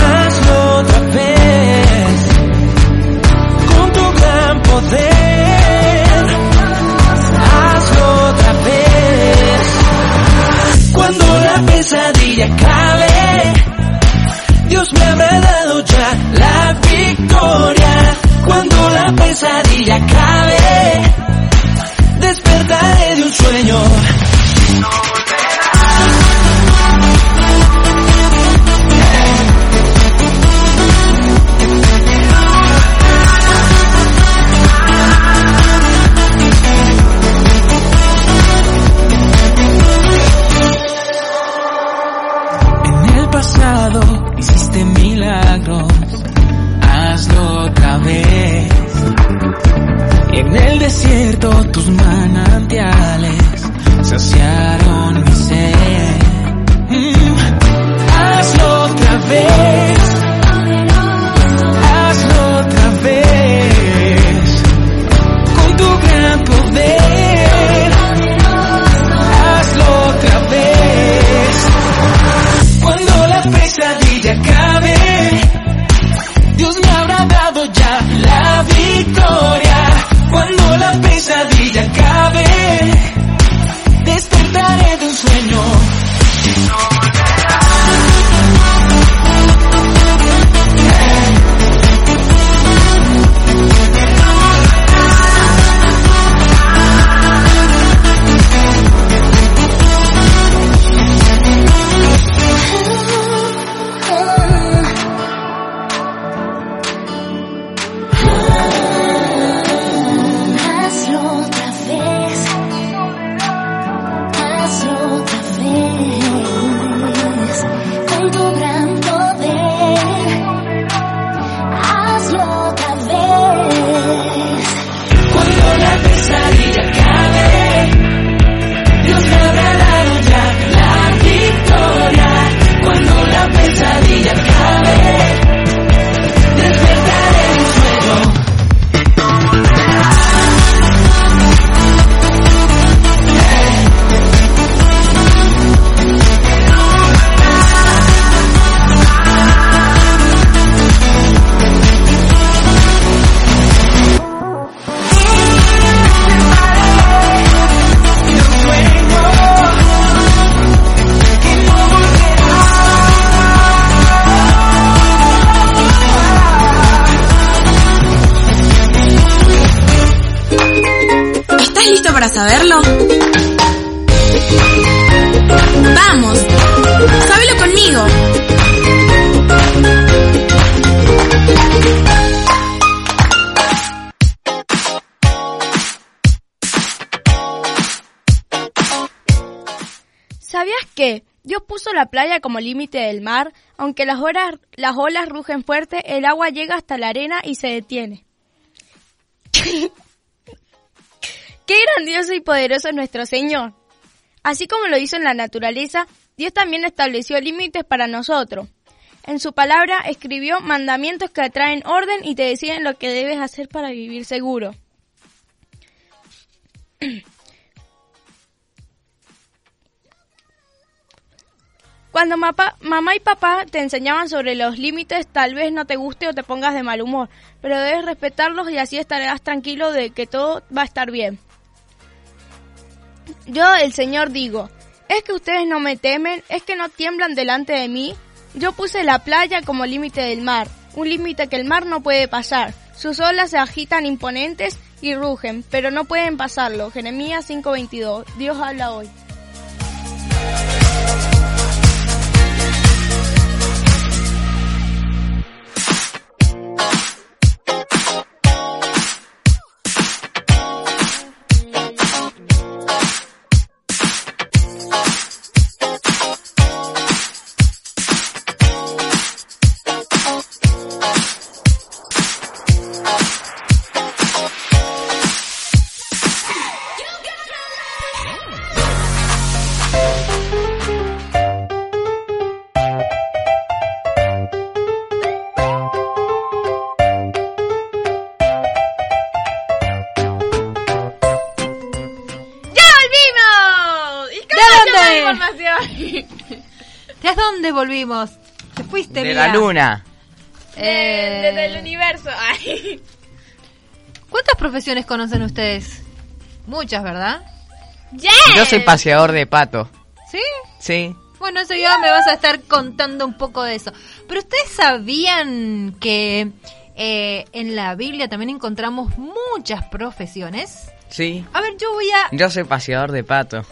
Hazlo otra vez. Con tu gran poder. Hazlo otra vez. Cuando la pesadilla acabe, Dios me habrá dado ya la victoria. Cuando la pesadilla acabe, despertaré de un sueño. En el pasado hiciste milagros, hazlo otra vez. En el desierto tus manantiales saciaron mi sed. Mm, Hazlo otra vez. Hazlo otra vez. Con tu gran poder. Hazlo otra vez. Cuando la pesadilla acabe, Dios me habrá dado ya la victoria. Cuando la pesadilla acabe, despertaré de un sueño. Hazlo otra vez, hazlo otra vez, con tu gran poder, hazlo otra vez. Cuando la pesadilla acabe, Dios me habrá dado ya la victoria. Cuando la pesadilla acabe, despertaré de un sueño. ¿Estás listo para saberlo? Vamos, sábelo conmigo. ¿Sabías que Dios puso la playa como límite del mar? Aunque las, horas, las olas rugen fuerte, el agua llega hasta la arena y se detiene. Qué grandioso y poderoso es nuestro Señor. Así como lo hizo en la naturaleza, Dios también estableció límites para nosotros. En su palabra escribió mandamientos que atraen orden y te deciden lo que debes hacer para vivir seguro. Cuando mapa- mamá y papá te enseñaban sobre los límites, tal vez no te guste o te pongas de mal humor, pero debes respetarlos y así estarás tranquilo de que todo va a estar bien. Yo, el Señor, digo, ¿es que ustedes no me temen? ¿Es que no tiemblan delante de mí? Yo puse la playa como límite del mar, un límite que el mar no puede pasar. Sus olas se agitan imponentes y rugen, pero no pueden pasarlo. Jeremías 5:22. Dios habla hoy. Hazlo otra vez, hazlo otra vez, ¿De dónde volvimos? Te fuiste, De mira. la luna. Eh, Desde el universo. Ay. ¿Cuántas profesiones conocen ustedes? Muchas, ¿verdad? Yo soy paseador de pato. ¡Eh! ¿Sí? Sí. Bueno, enseguida me vas a estar contando un poco de eso. Pero ustedes sabían que eh, en la Biblia también encontramos muchas profesiones. Sí. A ver, yo voy a... Yo soy paseador de pato.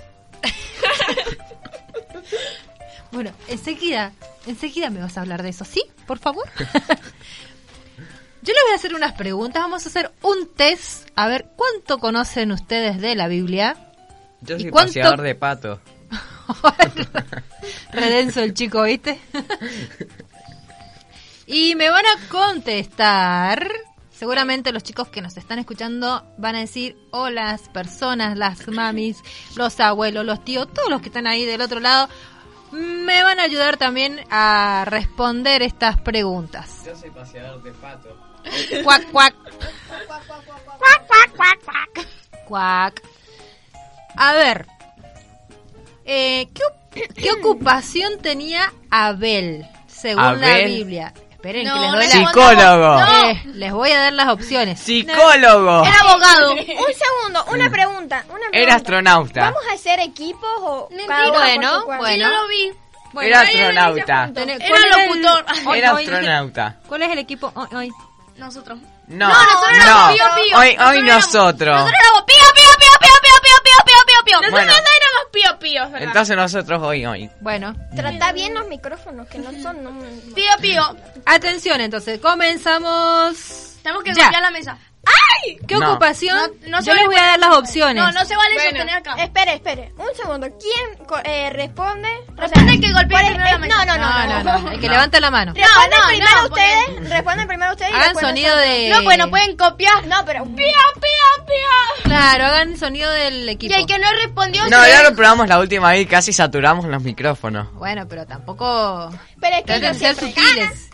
Bueno, enseguida, enseguida me vas a hablar de eso, ¿sí? Por favor. Yo les voy a hacer unas preguntas, vamos a hacer un test, a ver cuánto conocen ustedes de la Biblia. Yo ¿Y soy cuánto- paseador de pato. Redenso el chico, ¿viste? y me van a contestar. Seguramente los chicos que nos están escuchando van a decir, o las personas, las mamis, los abuelos, los tíos, todos los que están ahí del otro lado, me van a ayudar también a responder estas preguntas. Yo soy paseador de pato. Cuac, cuac. Cuac. A ver. eh, ¿qué, op- qué ocupación tenía Abel según la Abel. Biblia? Esperen, No, que les no doy es las- Psicólogo. Eh, les voy a dar las opciones. Psicólogo. Era abogado. Un segundo, una pregunta. Una pregunta. Era astronauta. ¿Vamos a hacer equipos o Mentira. cada Ah, uno por Bueno, su cuarto? bueno. Yo lo vi. Bueno, Era ahí- astronauta. tené- Era ¿cuál era el- locutor. hoy- Era hoy- astronauta. ¿Cuál es el equipo hoy? hoy? Nosotros. No, nosotros éramos no. pío, pío. Hoy, hoy Nosotros nosotros. éramos pío, pío, pío, pío, pío, pío, pío, pío, pío, pío. Nosotros Bueno. no éramos pío píos, ¿verdad? Entonces nosotros hoy, hoy. Bueno. Trata bien los micrófonos, que no son... no- no- Pío, pío. Atención, entonces, comenzamos. Tenemos que Ya. golpear la mesa. ¿Qué No. ocupación? No, no se Yo les vale voy a dar las opciones. No, no se vale Bueno. sostener acá. Espere, espere. Un segundo. ¿Quién co- eh, responde? O sea, Responde que golpee por el- primero la eh, mesa. no, No, no, no. El que No. levanta la mano. Responden no, primero no, ustedes. Responden primero ustedes. y Hagan después sonido nosotros. de. No, pues no pueden copiar. No, pero... Claro, hagan sonido del equipo. Y el que no respondió No, se- ya lo probamos la última vez y casi saturamos los micrófonos. Bueno, pero tampoco. Pero es que Traten de yo ser siempre- sutiles.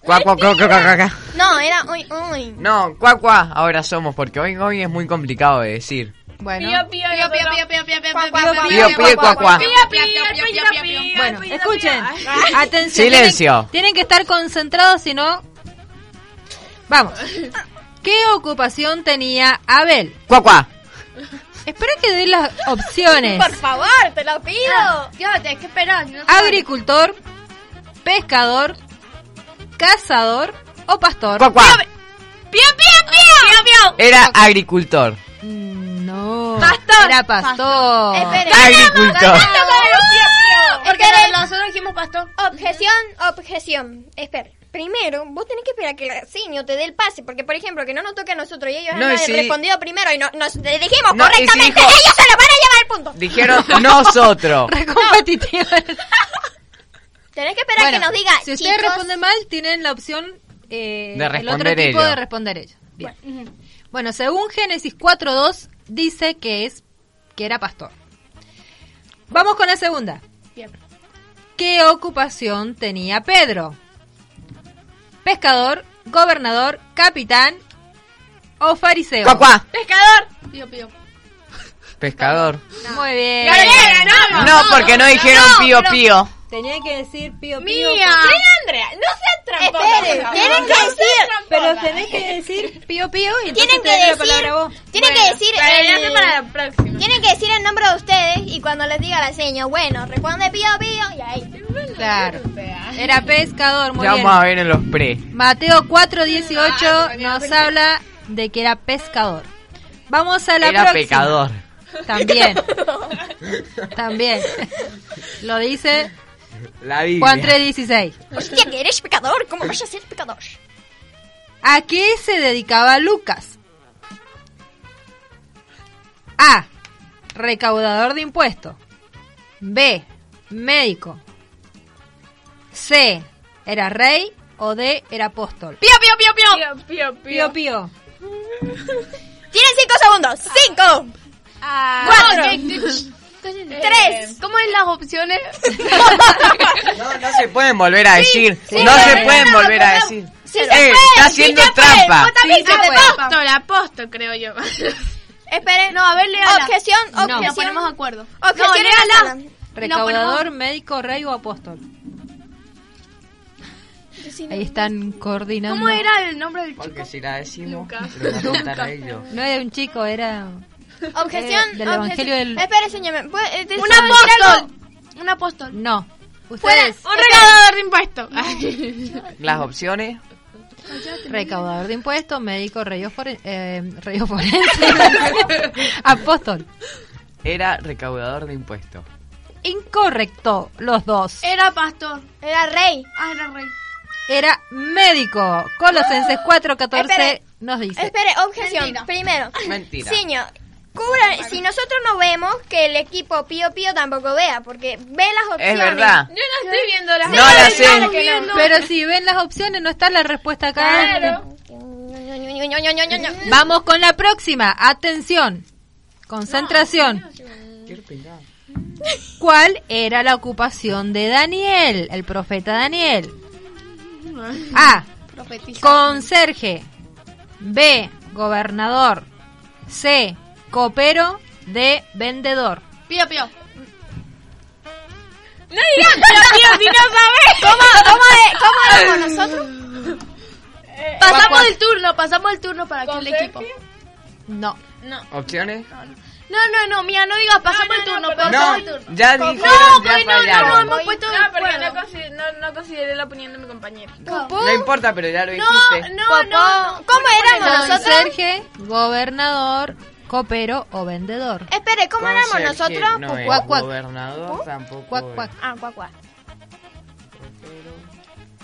Cuá, cuá, cuá, cuá, cuá, cuá. No, era uy, uy. No, cuá, cuá, ahora somos, porque hoy, hoy es muy complicado de decir. Bueno. Pío pío, Pío, pío, nosotros- pío, pío, pío, pío, Cuá, pío, cuá, pío, cuá, pío, Pío, pío, cuá, cuá. Pío pío, pío pío, pío. Bueno, pío, escuchen. pío. Atención. Silencio. Tienen, tienen que estar concentrados, si no. Vamos. ¿Qué ocupación tenía Abel? Cuá, cuá. Espera que doy las opciones. Por favor, te lo pido. Dios, tenés que esperar. si no- Agricultor, pescador, cazador o pastor. Cuá, cuá. ¡Pío, pío, pío! ¡Pío, pío! Era agricultor. Mm, No. Pastor. Era pastor. Espere. Agricultor. Porque Esperen. nosotros dijimos pastor. Objeción, objeción. Espera. Primero, vos tenés que esperar que el signo te dé el pase, porque por ejemplo, que no nos toque a nosotros y ellos No, han y si- respondido primero y no, nos le dijimos No, y si correctamente, dijo- ellos se lo van a llevar el punto. Dijeron nosotros. Re competitiva. Tenés que esperar Bueno, que nos diga, Si ustedes chicos, responden mal, tienen la opción eh, De el otro responder tipo ellos. de responder ellos. Bien. Bueno, según Génesis 4.2 dice que es que era pastor. Vamos con la segunda. Bien. ¿Qué ocupación tenía Pedro? Pescador, gobernador, capitán o fariseo. Cuá, cuá. Pescador. Pío, pío. Pescador. Muy bien. No, porque no dijeron pío, pío. Tenía que decir pío pío. Mía. Andrea, no seas tramposa. Eh, por espere, favor. tienen que decir, Pero tenés que decir pío pío y entonces te tienen que doy la decir, palabra a vos. tienen que decir Pero ya el- sé para la próxima. tienen que decir el nombre de ustedes y cuando les diga la seña, bueno, responde pío pío y ahí. Claro. Era pescador, muy Ya bien. vamos a ver en los pre. Mateo 4:18 nos habla de que era pescador. Vamos a la Era próxima. pecador. También. También. Lo dice La Juan Biblia. 3:16. Hostia, que eres pecador, ¿cómo vas a ser pecador? ¿A qué se dedicaba Lucas? A. Recaudador de impuestos. B. Médico. C. Era rey. O D. Era apóstol. Pío, pío, pío, pío. Pío pío pío. Pío, pío. Tienen cinco segundos, cinco, Ah, cuatro, tres. ¿Cómo es las opciones? No, no se pueden volver a decir. no sí, se sí, pueden no, volver a no, decir. sí Eh, se puede, está sí haciendo se puede, trampa. vos también Sí, ah, se se puede. puede. Apóstol, apóstol, creo yo. Esperen, No, a ver, léala. objeción, No. Nos objeción. ponemos de acuerdo. Objeción no, en la léala. sala. Recaudador, médico, rey o apóstol. si Ahí están coordinando. ¿Cómo era el nombre del chico? Porque si la decimos, lo van a contar ellos. No era un chico, era... Objeción. Eh, del objeción. Evangelio del- Espere, señor. ¿puede- eh, te- Un ¿puedo decir algo? apóstol. Un apóstol. No. Ustedes, Un recaudador de impuestos. Las opciones, recaudador de impuestos, médico, reyos foren- eh, reyos forense, apóstol. era recaudador de impuestos. Incorrecto, los dos. Era pastor. Era rey. Ah, era rey. Era médico. Colosenses 4.14 Espere. nos dice. Espere, objeción. Primero. Mentira. Señor. Cubra, si nosotros no vemos, que el equipo Pío Pío tampoco vea, porque ve las opciones. Es verdad. Yo no estoy viendo las No la sé. Claro que no. Pero si ven las opciones, no está la respuesta acá. Claro. Vamos con la próxima. Atención. Concentración. ¿Cuál era la ocupación de Daniel, el profeta Daniel? Ah. A. Conserje. B. Gobernador. C. Copero. D. Vendedor. Pío, pío. ¿Cómo vemos nosotros? Eh, Pasamos Cuac, el turno, pasamos el turno para aquel equipo. No. ¿Opciones? No, no, no, mía, no digas, pasamos el turno, No, pasamos el turno. ya dijeron, ya pues no, no, fallaron. no, hemos puesto de No, porque no, acuerdo. consider- no, no consideré la opinión de mi compañero. No importa, pero ya lo No, dijiste. no, no. ¿Cómo éramos nosotros? Conserje, gobernador, copero o vendedor. Espere, ¿cómo éramos Conserje nosotros? No es Cuac, cuac. gobernador tampoco. eh. Cuac, cuac. Ah, cuac, cuac. es.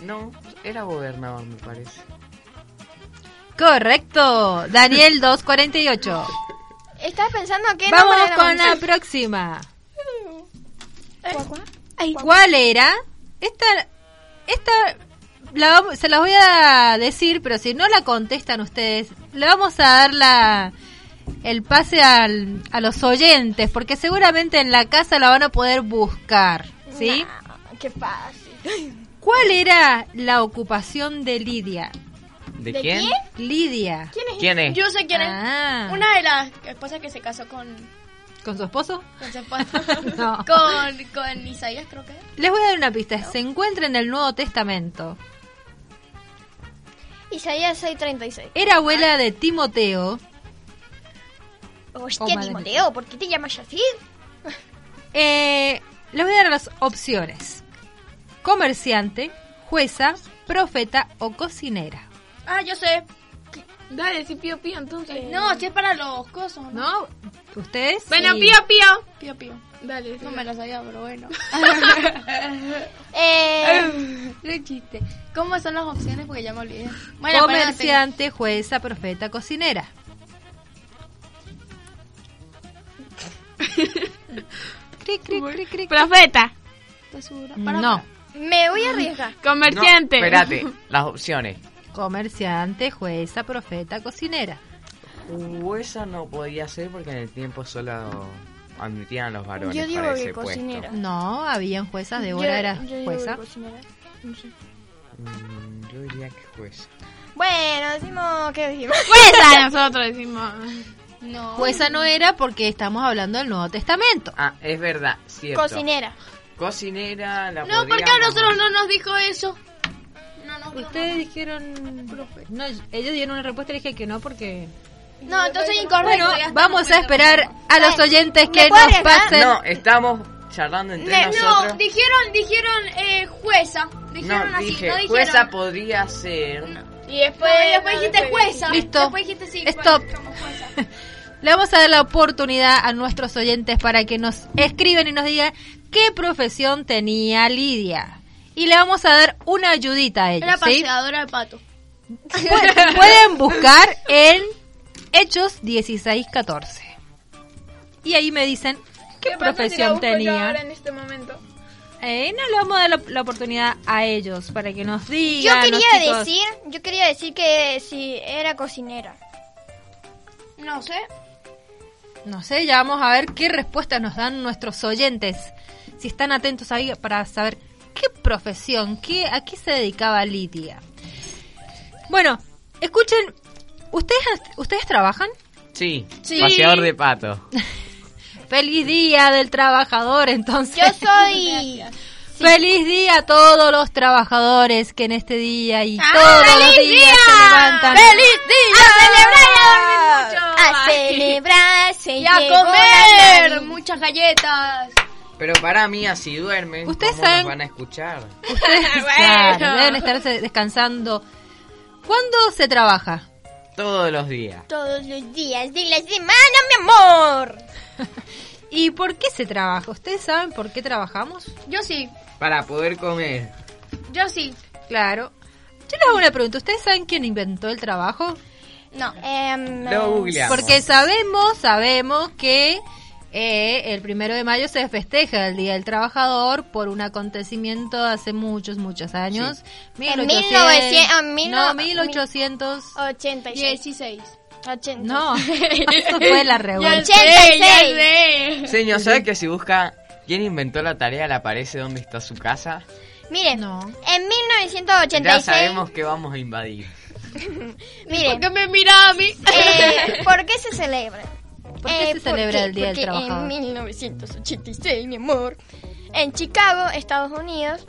No, era gobernador, me parece. Correcto. Daniel 248. Estaba pensando que Vamos con la próxima. Eh, Ay, ¿Cuál era? Esta, esta la vamos- se las voy a decir, pero si no la contestan ustedes, le vamos a dar la el pase al- a los oyentes, porque seguramente en la casa la van a poder buscar, ¿sí? ah, Qué fácil. ¿Cuál era la ocupación de Lidia? ¿De, quién? Lidia. ¿Quién es? Yo sé quién es. Ah, Una de las esposas que se casó con, ¿Con su esposo? con su esposo. No. Con, con Isaías, creo que. era. Les voy a dar una pista. Se encuentra en el Nuevo Testamento. Isaías 6.36. Era abuela de Timoteo. Oh, Hostia, madre Timoteo, ¿por qué te llamas así? Eh, les voy a dar las opciones. Comerciante, jueza, profeta o cocinera. Ah, yo sé. Eh, Dale, sí, pío, pío, entonces. No, si es para los cosos, ¿No? ¿no? ¿Ustedes? Bueno, Sí. pío, pío. Pío, pío. Dale. No me la sabía, pero bueno. Eh, Qué chiste. ¿Cómo son las opciones? Porque ya me olvidé. espérate. Comerciante, jueza, profeta, cocinera. Cric, cric, cric, cric. Profeta. ¿Estás segura? Para- No. me voy a arriesgar. Comerciante. No, espérate, las opciones. Comerciante, jueza, profeta, cocinera. Uh, esa no podía ser porque en el tiempo solo admitían los varones. Yo digo para que ese puesto. cocinera. No, habían juezas. Débora era jueza. Mm, yo diría que juez. Bueno, decimos, ¿qué decimos? Jueza, Pues, nosotros decimos. No. Jueza Pues, no era porque estamos hablando del Nuevo Testamento. Ah, es verdad, cierto. Cocinera. Cocinera, la No, ¿por qué a podríamos- nosotros no nos dijo eso? No, no, no. Ustedes dijeron. No, ellos dieron una respuesta y dije que no porque. No, entonces incorrecto. Bueno, ya está, vamos a no puede ser. esperar a los oyentes que ¿me nos puedo arriesgar? pasen. No, estamos charlando entre nosotros. No, dijeron, dijeron eh, jueza. Dijeron No, así, dije, no dijeron. jueza podría ser. Y después. Pero después dijiste jueza. Listo. Después dijiste sí. Stop. bueno, somos jueza. Le vamos a dar la oportunidad a nuestros oyentes para que nos escriben y nos digan qué profesión tenía Lidia. Y le vamos a dar una ayudita a Era ellos. ¿sí? paseadora de pato. Pu- Pueden buscar en Hechos 1614. Y ahí me dicen qué, profesión tenía. ahora en este momento? Eh, no le vamos a dar la, la oportunidad a ellos para que nos Yo digan. los quería chicos. decir, yo quería decir que si era cocinera. No sé. No sé, ya vamos a ver qué respuestas nos dan nuestros oyentes. Si están atentos ahí para saber qué profesión, qué, a qué se dedicaba Lidia. Bueno, escuchen, ¿ustedes, ¿ustedes trabajan? Sí, paseador de pato. Feliz día del trabajador, entonces. Yo soy Feliz día a todos los trabajadores que en este día y todos los días se levantan. Ah, Ah, ¡Feliz día! ¡A celebrar y a dormir mucho! Ah, A celebrar, se Y a llegó la comer Navidad. muchas galletas. Pero para mí, así duermen, Ustedes ¿cómo nos saben- van a escuchar? Ustedes claro, deben estarse descansando. ¿Cuándo se trabaja? Todos los días. Todos los días de la semana, mi amor. ¿Y por qué se trabaja? ¿Ustedes saben por qué trabajamos? Yo sí, Para poder comer. yo sí. Claro. Yo les hago una pregunta. ¿Ustedes saben quién inventó el trabajo? No. Em, Lo googleamos. Porque sabemos, sabemos que eh, el primero de mayo se festeja el Día del Trabajador por un acontecimiento de hace muchos, muchos años. En 1900, ah, mil no- no, 1800. 86. 16. 80. No, eso fue la revuelta. 86. Señor, ¿sabe que si busca quién inventó la tarea le aparece dónde está su casa? Mire, No. en Ya 1986. sabemos que vamos a invadir. Mire, Que me mira a mí. eh, ¿por qué se celebra? Eh, ¿Por qué se celebra el Día del porque Trabajador? En 1986, mi amor, en Chicago, Estados Unidos,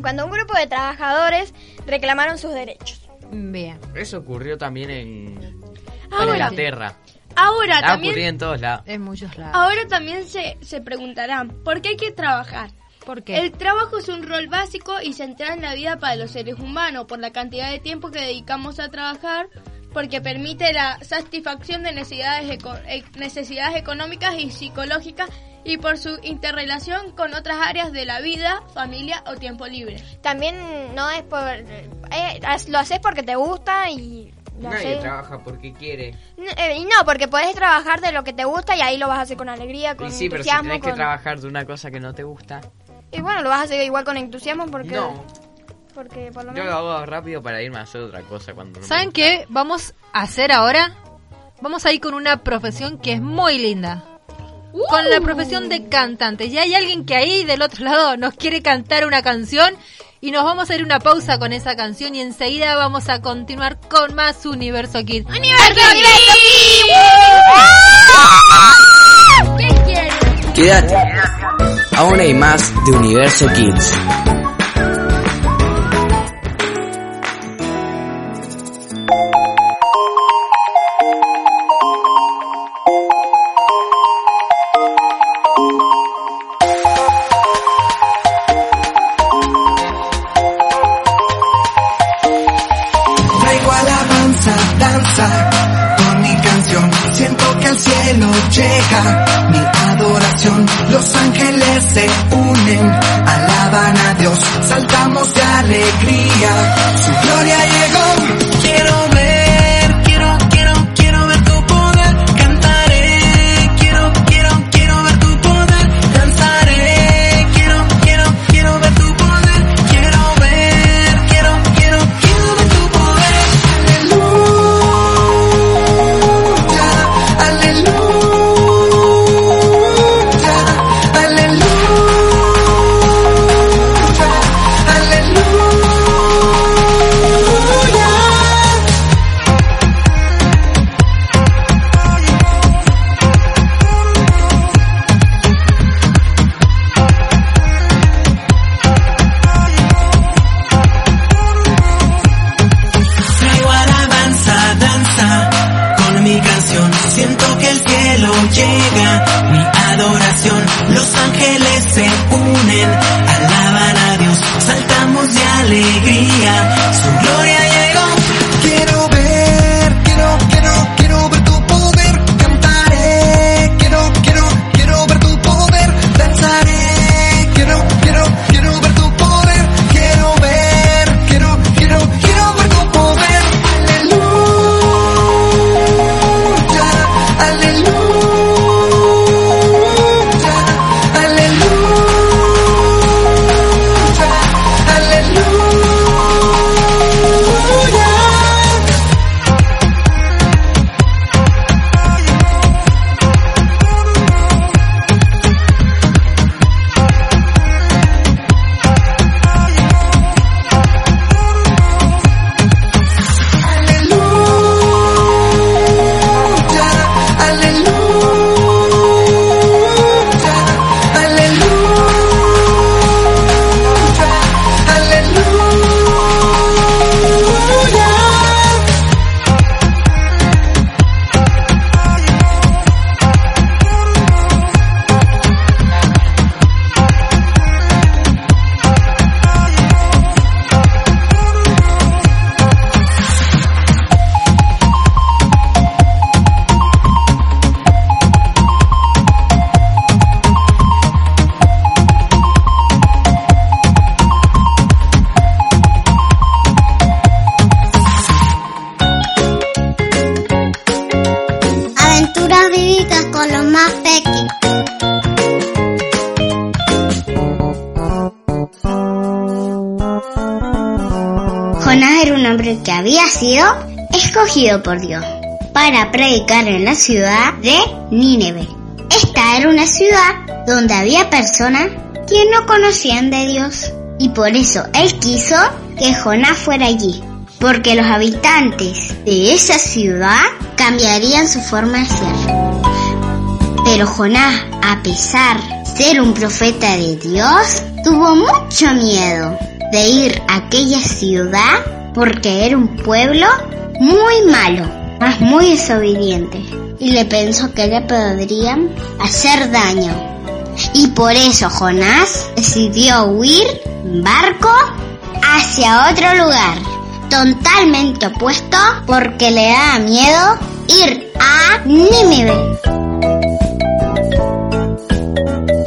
cuando un grupo de trabajadores reclamaron sus derechos. Bien. Eso ocurrió también en Ahora. Inglaterra. Ahora Ha también, ocurrido en todos lados. En muchos lados. ahora también se, se preguntarán, ¿por qué hay que trabajar? ¿Por qué? El trabajo es un rol básico y central en la vida para los seres humanos por la cantidad de tiempo que dedicamos a trabajar, porque permite la satisfacción de necesidades, eco- eh, necesidades económicas y psicológicas y por su interrelación con otras áreas de la vida, familia o tiempo libre. También no es por... eh, haz- lo haces porque te gusta y... Lo Nadie haces- trabaja porque quiere. N- eh, y no, porque puedes trabajar de lo que te gusta y ahí lo vas a hacer con alegría, con Y sí, pero si entusiasmo. tenés que con- trabajar de una cosa que no te gusta, Y bueno, lo vas a hacer igual con entusiasmo porque... no. Porque por lo Yo menos... lo hago rápido para irme a hacer otra cosa cuando no me ¿Saben gusta. qué vamos a hacer ahora? Vamos a ir con una profesión que es muy linda. Con la profesión de cantante. Ya hay alguien que ahí del otro lado nos quiere cantar una canción y nos vamos a ir una pausa con esa canción y enseguida vamos a continuar con más Universo Kid. Quédate. Aún hay más de Universo Kids. Traigo alabanza, danza con mi canción. Siento que el cielo llega, mi adoración. Los ángeles se unen, alaban a Dios. Saltamos de alegría, su gloria llegó. Quiero ver, quiero, quiero, quiero ver tu poder. Cantaré, quiero, quiero, quiero ver tu poder. Danzaré, quiero, quiero, quiero ver tu poder. Quiero ver, quiero, quiero, quiero ver tu poder. Aleluya, aleluya, aleluya, aleluya. Traigo alabanza, danza con mi canción. Siento que el cielo llega, mi adoración. Los ángeles se unen, alaban a Dios. Saltamos de alegría, su gloria llegó. Quiero ver, quiero, quiero, quiero ver tu poder. Cantaré, quiero, quiero, quiero ver tu poder. Danzaré, quiero, quiero, quiero ver tu poder. Quiero ver, quiero, quiero, quiero ver tu poder. Aleluya, aleluya, aleluya. un hombre que había sido escogido por Dios para predicar en la ciudad de Nínive. Esta era una ciudad donde había personas que no conocían de Dios y por eso él quiso que Jonás fuera allí, porque los habitantes de esa ciudad cambiarían su forma de ser. Pero Jonás, a pesar de ser un profeta de Dios, tuvo mucho miedo de ir a aquella ciudad porque era un pueblo muy malo, más muy desobediente, y le pensó que le podrían hacer daño. Y por eso Jonás decidió huir en barco hacia otro lugar, totalmente opuesto porque le daba miedo ir a Nínive.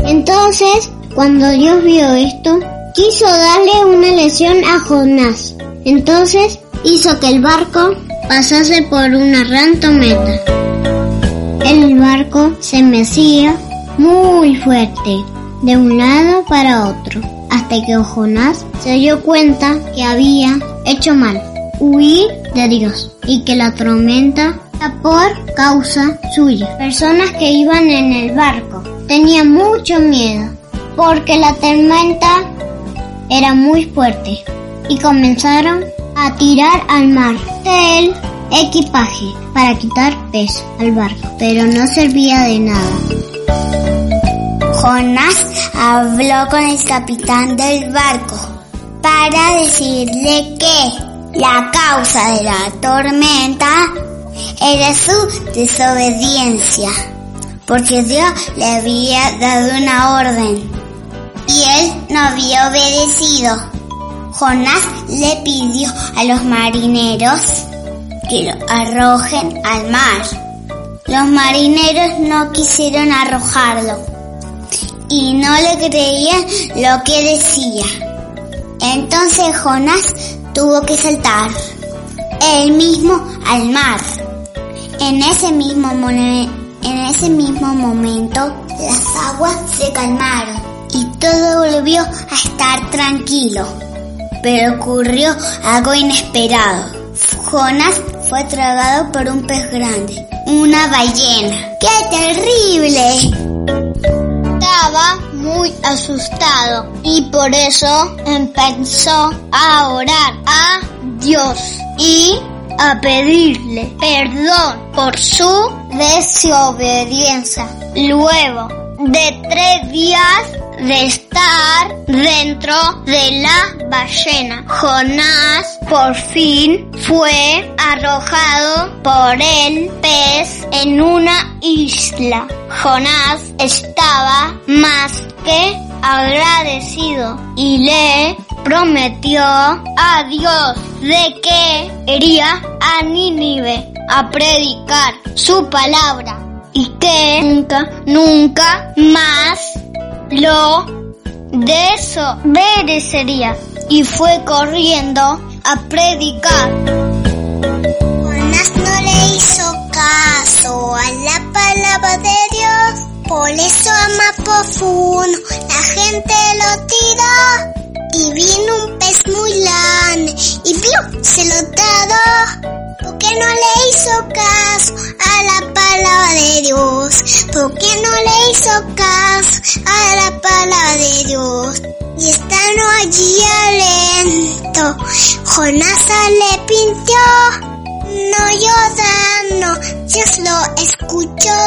Entonces, cuando Dios vio esto, quiso darle una lección a Jonás. Entonces hizo que el barco pasase por una gran tormenta. El barco se mecía muy fuerte de un lado para otro, hasta que Jonás se dio cuenta que había hecho mal, huir de Dios y que la tormenta era por causa suya. Personas que iban en el barco tenían mucho miedo porque la tormenta era muy fuerte y comenzaron a tirar al mar del equipaje para quitar peso al barco, pero no servía de nada. Jonás habló con el capitán del barco para decirle que la causa de la tormenta era su desobediencia, porque Dios le había dado una orden y él no había obedecido. Jonás le pidió a los marineros que lo arrojen al mar. Los marineros no quisieron arrojarlo y no le creían lo que decía. Entonces Jonás tuvo que saltar él mismo al mar. En ese mismo, en ese mismo momento las aguas se calmaron y todo volvió a estar tranquilo. Pero ocurrió algo inesperado. Jonas fue tragado por un pez grande, una ballena. ¡Qué terrible! Estaba muy asustado y por eso empezó a orar a Dios y a pedirle perdón por su desobediencia. Luego de tres días de estar dentro de la ballena. Jonás por fin fue arrojado por el pez en una isla. Jonás estaba más que agradecido y le prometió a Dios de que iría a Nínive a predicar su palabra y que nunca, nunca más lo desobedecería y fue corriendo a predicar. Jonás no le hizo caso a la palabra de Dios, por eso ama profundo la gente lo tiró. Y vino un pez muy grande y vio, se lo dado porque no le hizo caso a la palabra de Dios, porque no le hizo caso a la palabra de Dios. Y estando allí alento, Jonás le pintió, no llorando, Dios lo escuchó.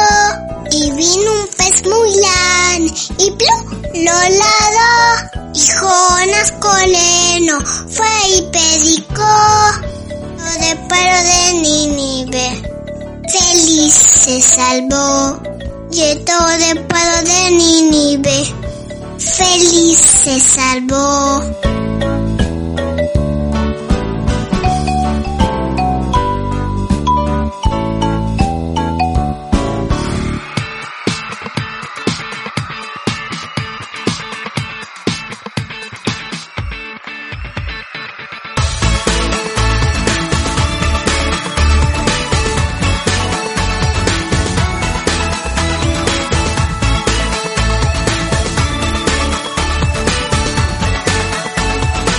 Y vino un pez muy grande y plum, lo ladó. Y Jonás coleno fue y predicó de paro de Nínive. Feliz se salvó. Llegó de paro de Nínive. Feliz se salvó. oh,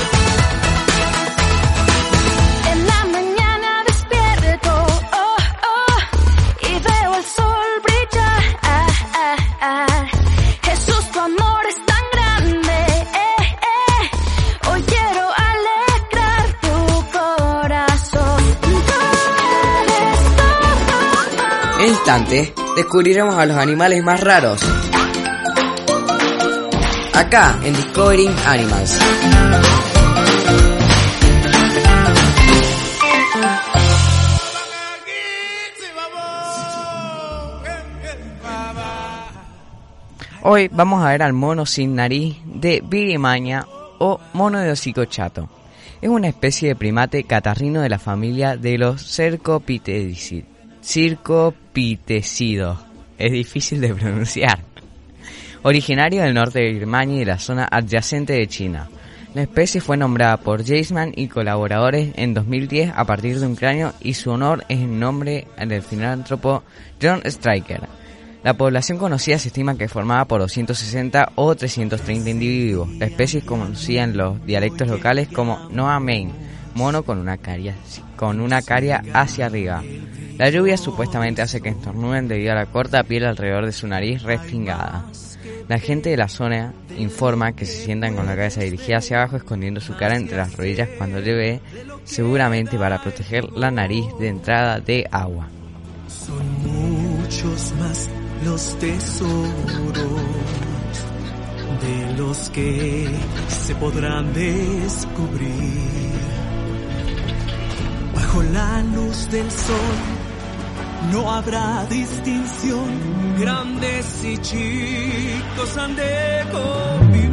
Ah, eh, instante descubriremos a los animales más raros. Acá en Discovering Animals. Hoy vamos a ver al mono sin nariz de Virimaña o mono de hocico chato. Es una especie de primate catarrino de la familia de los cercopitecidos. Circopitecidos. Es difícil de pronunciar. Originario del norte de Birmania y de la zona adyacente de China. La especie fue nombrada por Jaceman y colaboradores en 2010 a partir de un cráneo y su honor es el nombre del filántropo John Stryker. La población conocida se estima que formaba por 260 o 330 individuos. La especie es conocida en los dialectos locales como Noa Main, mono con una, caria, con una caria hacia arriba. La lluvia supuestamente hace que estornuden debido a la corta piel alrededor de su nariz respingada. La gente de la zona informa que se sientan con la cabeza dirigida hacia abajo escondiendo su cara entre las rodillas cuando llueve, seguramente para proteger la nariz de entrada de agua. muchos más los tesoros de los que se podrán descubrir. Bajo la luz del sol no habrá distinción, grandes y chicos han de convivir.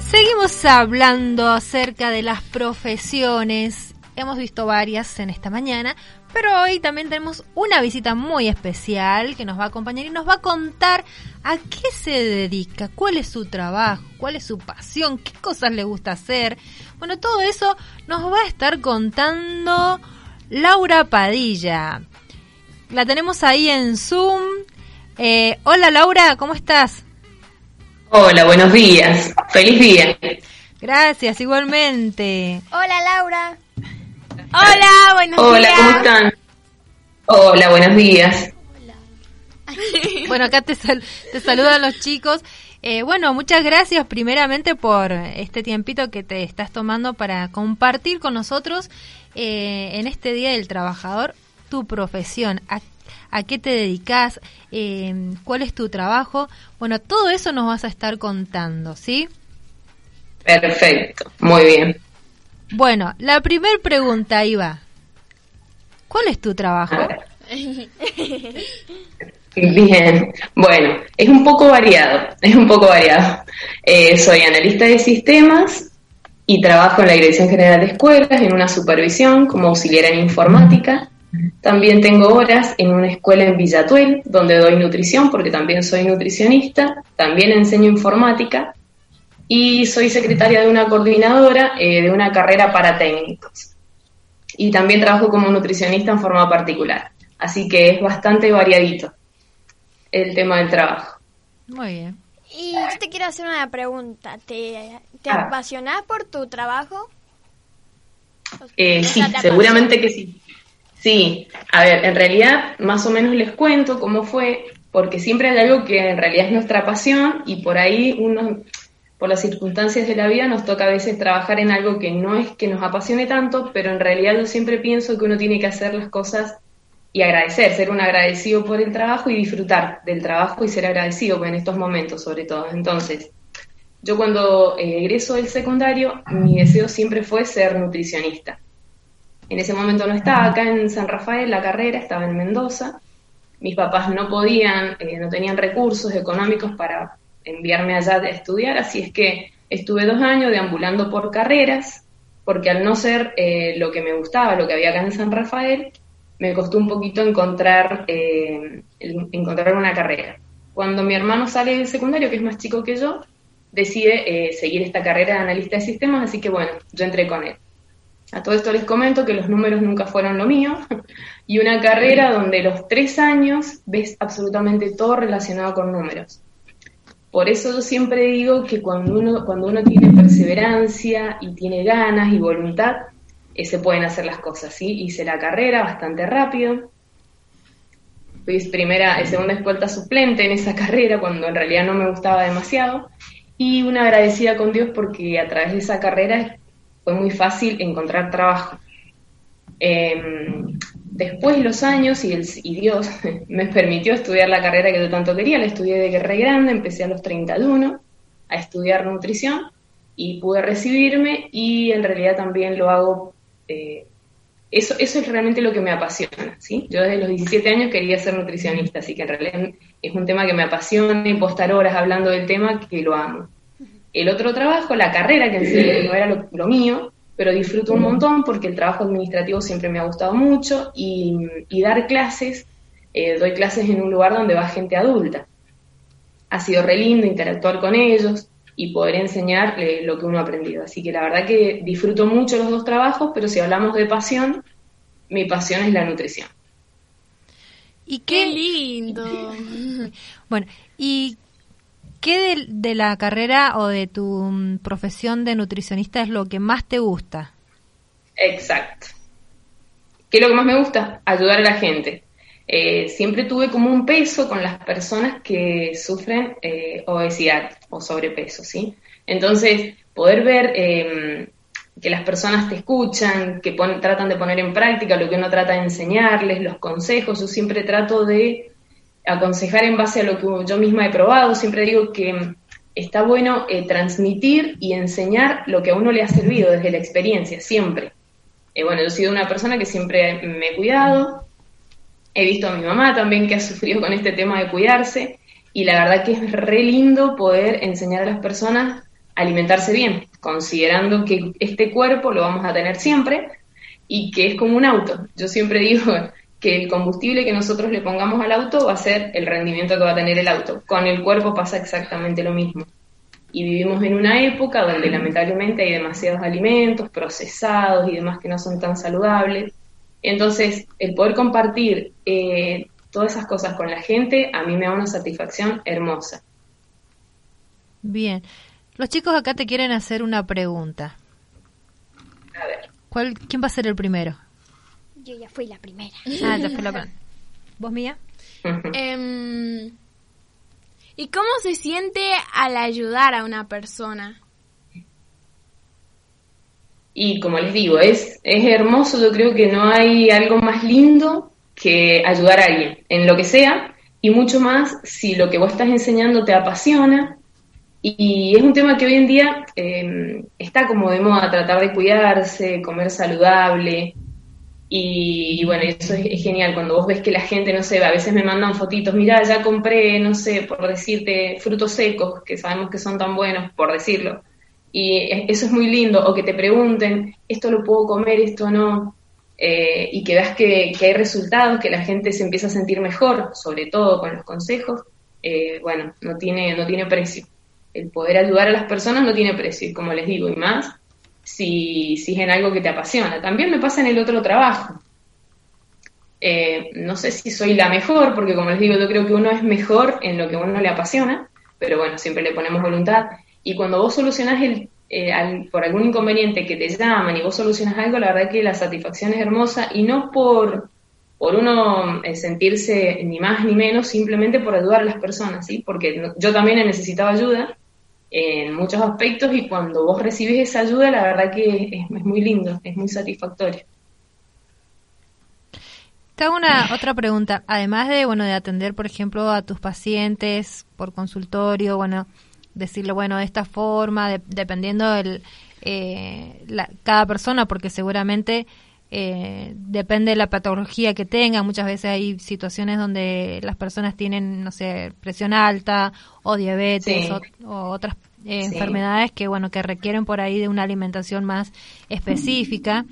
Seguimos hablando acerca de las profesiones. Hemos visto varias en esta mañana, pero hoy también tenemos una visita muy especial que nos va a acompañar y nos va a contar a qué se dedica, cuál es su trabajo, cuál es su pasión, qué cosas le gusta hacer. Bueno, todo eso nos va a estar contando Laura Padilla. La tenemos ahí en Zoom. Eh, hola Laura, ¿cómo estás? Hola, buenos días. Feliz día. Gracias, igualmente. Hola, Laura. Hola, buenos Hola, días. ¿cómo están? Hola, buenos días. Bueno, acá te, sal- te saludan los chicos. Eh, bueno, muchas gracias primeramente por este tiempito que te estás tomando para compartir con nosotros eh, en este Día del Trabajador tu profesión, a, a qué te dedicas, eh, cuál es tu trabajo. Bueno, todo eso nos vas a estar contando, ¿sí? Perfecto, muy bien. Bueno, la primer pregunta, Iva. ¿Cuál es tu trabajo? Bien, bueno, es un poco variado, es un poco variado. Eh, soy analista de sistemas y trabajo en la Dirección General de Escuelas, en una supervisión como auxiliar en informática. También tengo horas en una escuela en Villatuel, donde doy nutrición, porque también soy nutricionista, también enseño informática y soy secretaria de una coordinadora eh, de una carrera para técnicos. Y también trabajo como nutricionista en forma particular, así que es bastante variadito el tema del trabajo. Muy bien. Y yo te quiero hacer una pregunta. ¿Te, te Ah. apasionás por tu trabajo? Eh, sí, Esa es la seguramente que sí. Sí, a ver, en realidad más o menos les cuento cómo fue, porque siempre hay algo que en realidad es nuestra pasión y por ahí uno, por las circunstancias de la vida, nos toca a veces trabajar en algo que no es que nos apasione tanto, pero en realidad yo siempre pienso que uno tiene que hacer las cosas y agradecer, ser un agradecido por el trabajo y disfrutar del trabajo y ser agradecido en estos momentos sobre todo. Entonces, yo cuando eh, egreso del secundario, mi deseo siempre fue ser nutricionista. En ese momento no estaba acá en San Rafael, la carrera estaba en Mendoza. Mis papás no podían, eh, no tenían recursos económicos para enviarme allá a estudiar, así es que estuve dos años deambulando por carreras, porque al no ser eh, lo que me gustaba, lo que había acá en San Rafael, me costó un poquito encontrar, eh, el- encontrar una carrera. Cuando mi hermano sale del secundario, que es más chico que yo, decide eh, seguir esta carrera de analista de sistemas, así que bueno, yo entré con él. A todo esto les comento que los números nunca fueron lo mío y una carrera donde los tres años ves absolutamente todo relacionado con números. Por eso yo siempre digo que cuando uno, cuando uno tiene perseverancia y tiene ganas y voluntad, eh, se pueden hacer las cosas, ¿sí? Hice la carrera bastante rápido. Fui primera, eh, segunda escolta suplente en esa carrera cuando en realidad no me gustaba demasiado. Y una agradecida con Dios porque a través de esa carrera fue muy fácil encontrar trabajo. Eh, después los años y, el, y Dios me permitió estudiar la carrera que yo tanto quería, la estudié de guerra grande, empecé a los 31 a estudiar nutrición y pude recibirme y en realidad también lo hago, eh, eso, eso es realmente lo que me apasiona, ¿sí? Yo desde los 17 años quería ser nutricionista, así que en realidad es un tema que me apasiona y puedo estar horas hablando del tema que lo amo. El otro trabajo, la carrera, que en sí no era lo, lo mío, pero disfruto un montón porque el trabajo administrativo siempre me ha gustado mucho y, y dar clases, eh, doy clases en un lugar donde va gente adulta. Ha sido re lindo interactuar con ellos y poder enseñar eh, lo que uno ha aprendido. Así que la verdad que disfruto mucho los dos trabajos, pero si hablamos de pasión, mi pasión es la nutrición. ¿Y qué, lindo! bueno, ¿y ¿qué de, de, la carrera o de tu mm, profesión de nutricionista es lo que más te gusta? Exacto. ¿Qué es lo que más me gusta? Ayudar a la gente. Eh, siempre tuve como un peso con las personas que sufren eh, obesidad o sobrepeso, ¿sí? Entonces, poder ver eh, que las personas te escuchan, que pon, tratan de poner en práctica lo que uno trata de enseñarles, los consejos, yo siempre trato de aconsejar en base a lo que yo misma he probado. Siempre digo que está bueno eh, transmitir y enseñar lo que a uno le ha servido desde la experiencia, siempre. Eh, bueno, yo he sido una persona que siempre me he cuidado. He visto a mi mamá también que ha sufrido con este tema de cuidarse. Y la verdad que es re lindo poder enseñar a las personas a alimentarse bien, considerando que este cuerpo lo vamos a tener siempre y que es como un auto. Yo siempre digo, que el combustible que nosotros le pongamos al auto va a ser el rendimiento que va a tener el auto. Con el cuerpo pasa exactamente lo mismo. Y vivimos en una época donde lamentablemente hay demasiados alimentos procesados y demás que no son tan saludables. Entonces, el poder compartir eh, todas esas cosas con la gente a mí me da una satisfacción hermosa. Bien. Los chicos acá te quieren hacer una pregunta. A ver. ¿Cuál, ¿Quién va a ser el primero? Yo ya fui la primera. Ah, ya fue la primera. ¿Vos, Mía? Em, ¿Y cómo se siente al ayudar a una persona? Y como les digo, es, es hermoso, yo creo que no hay algo más lindo que ayudar a alguien, en lo que sea, y mucho más si lo que vos estás enseñando te apasiona. Y es un tema que hoy en día em, está como de moda, tratar de cuidarse, comer saludable, y, y, bueno, eso es, es, genial, cuando vos ves que la gente, no sé, a veces me mandan fotitos, mira, ya compré, no sé, por decirte, frutos secos, que sabemos que son tan buenos, por decirlo. Y eso es muy lindo, o que te pregunten, esto lo puedo comer, esto no, eh, y que veas que, que, hay resultados, que la gente se empieza a sentir mejor, sobre todo con los consejos, eh, bueno, no tiene, no tiene precio. El poder ayudar a las personas no tiene precio, y como les digo, y más si, si, es en algo que te apasiona. También me pasa en el otro trabajo. Eh, no sé si soy la mejor, porque como les digo, yo creo que uno es mejor en lo que a uno le apasiona, pero bueno, siempre le ponemos voluntad. Y cuando vos solucionás el, eh, al, por algún inconveniente que te llaman y vos solucionas algo, la verdad que la satisfacción es hermosa y no por, por uno eh, sentirse ni más ni menos, simplemente por ayudar a las personas, ¿sí? Porque no, yo también he necesitado ayuda en muchos aspectos y cuando vos recibes esa ayuda, la verdad que es, es muy lindo, es muy satisfactorio. Te hago una otra pregunta. Además de, bueno, de atender, por ejemplo, a tus pacientes por consultorio, bueno, decirle, bueno, de esta forma, de, dependiendo del eh, la, cada persona, porque seguramente eh, depende de la patología que tenga. Muchas veces hay situaciones donde las personas tienen, no sé, presión alta o diabetes Sí. o, o otras eh, Sí. enfermedades que, bueno, que requieren por ahí de una alimentación más específica.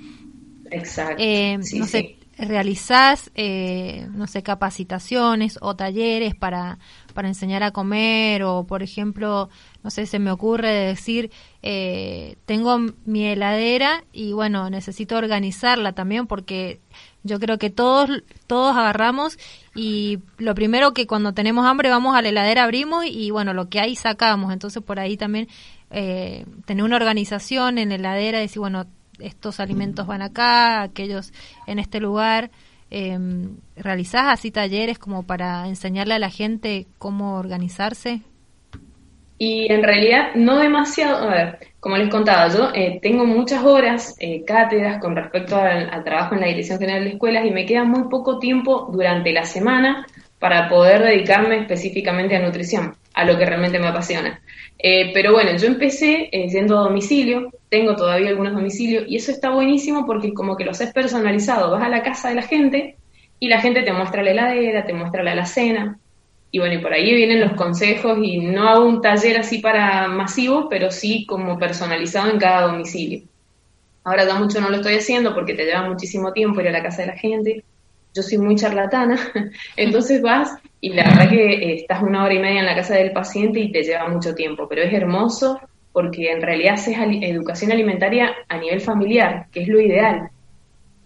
Exacto. Eh, Sí, no sí. sé, realizás, eh, no sé, capacitaciones o talleres para, para enseñar a comer o, por ejemplo, no sé, se me ocurre decir, eh, tengo mi heladera y, bueno, necesito organizarla también porque yo creo que todos, todos agarramos y lo primero que cuando tenemos hambre vamos a la heladera, abrimos y, bueno, lo que hay sacamos. Entonces, por ahí también eh, tener una organización en la heladera, decir, bueno, estos alimentos van acá, aquellos en este lugar. Eh, ¿Realizás así talleres como para enseñarle a la gente cómo organizarse? Y en realidad no demasiado, a ver, como les contaba, yo eh, tengo muchas horas, eh, cátedras con respecto al, al trabajo en la Dirección General de Escuelas y me queda muy poco tiempo durante la semana para poder dedicarme específicamente a nutrición, a lo que realmente me apasiona. Eh, pero bueno, yo empecé eh, yendo a domicilio, tengo todavía algunos domicilios y eso está buenísimo porque como que lo haces personalizado, vas a la casa de la gente y la gente te muestra la heladera, te muestra la alacena y bueno, y por ahí vienen los consejos y no hago un taller así para masivo, pero sí como personalizado en cada domicilio. Ahora ya mucho no lo estoy haciendo porque te lleva muchísimo tiempo ir a la casa de la gente, yo soy muy charlatana, entonces vas y la verdad que eh, estás una hora y media en la casa del paciente y te lleva mucho tiempo, pero es hermoso porque en realidad haces ali- educación alimentaria a nivel familiar, que es lo ideal.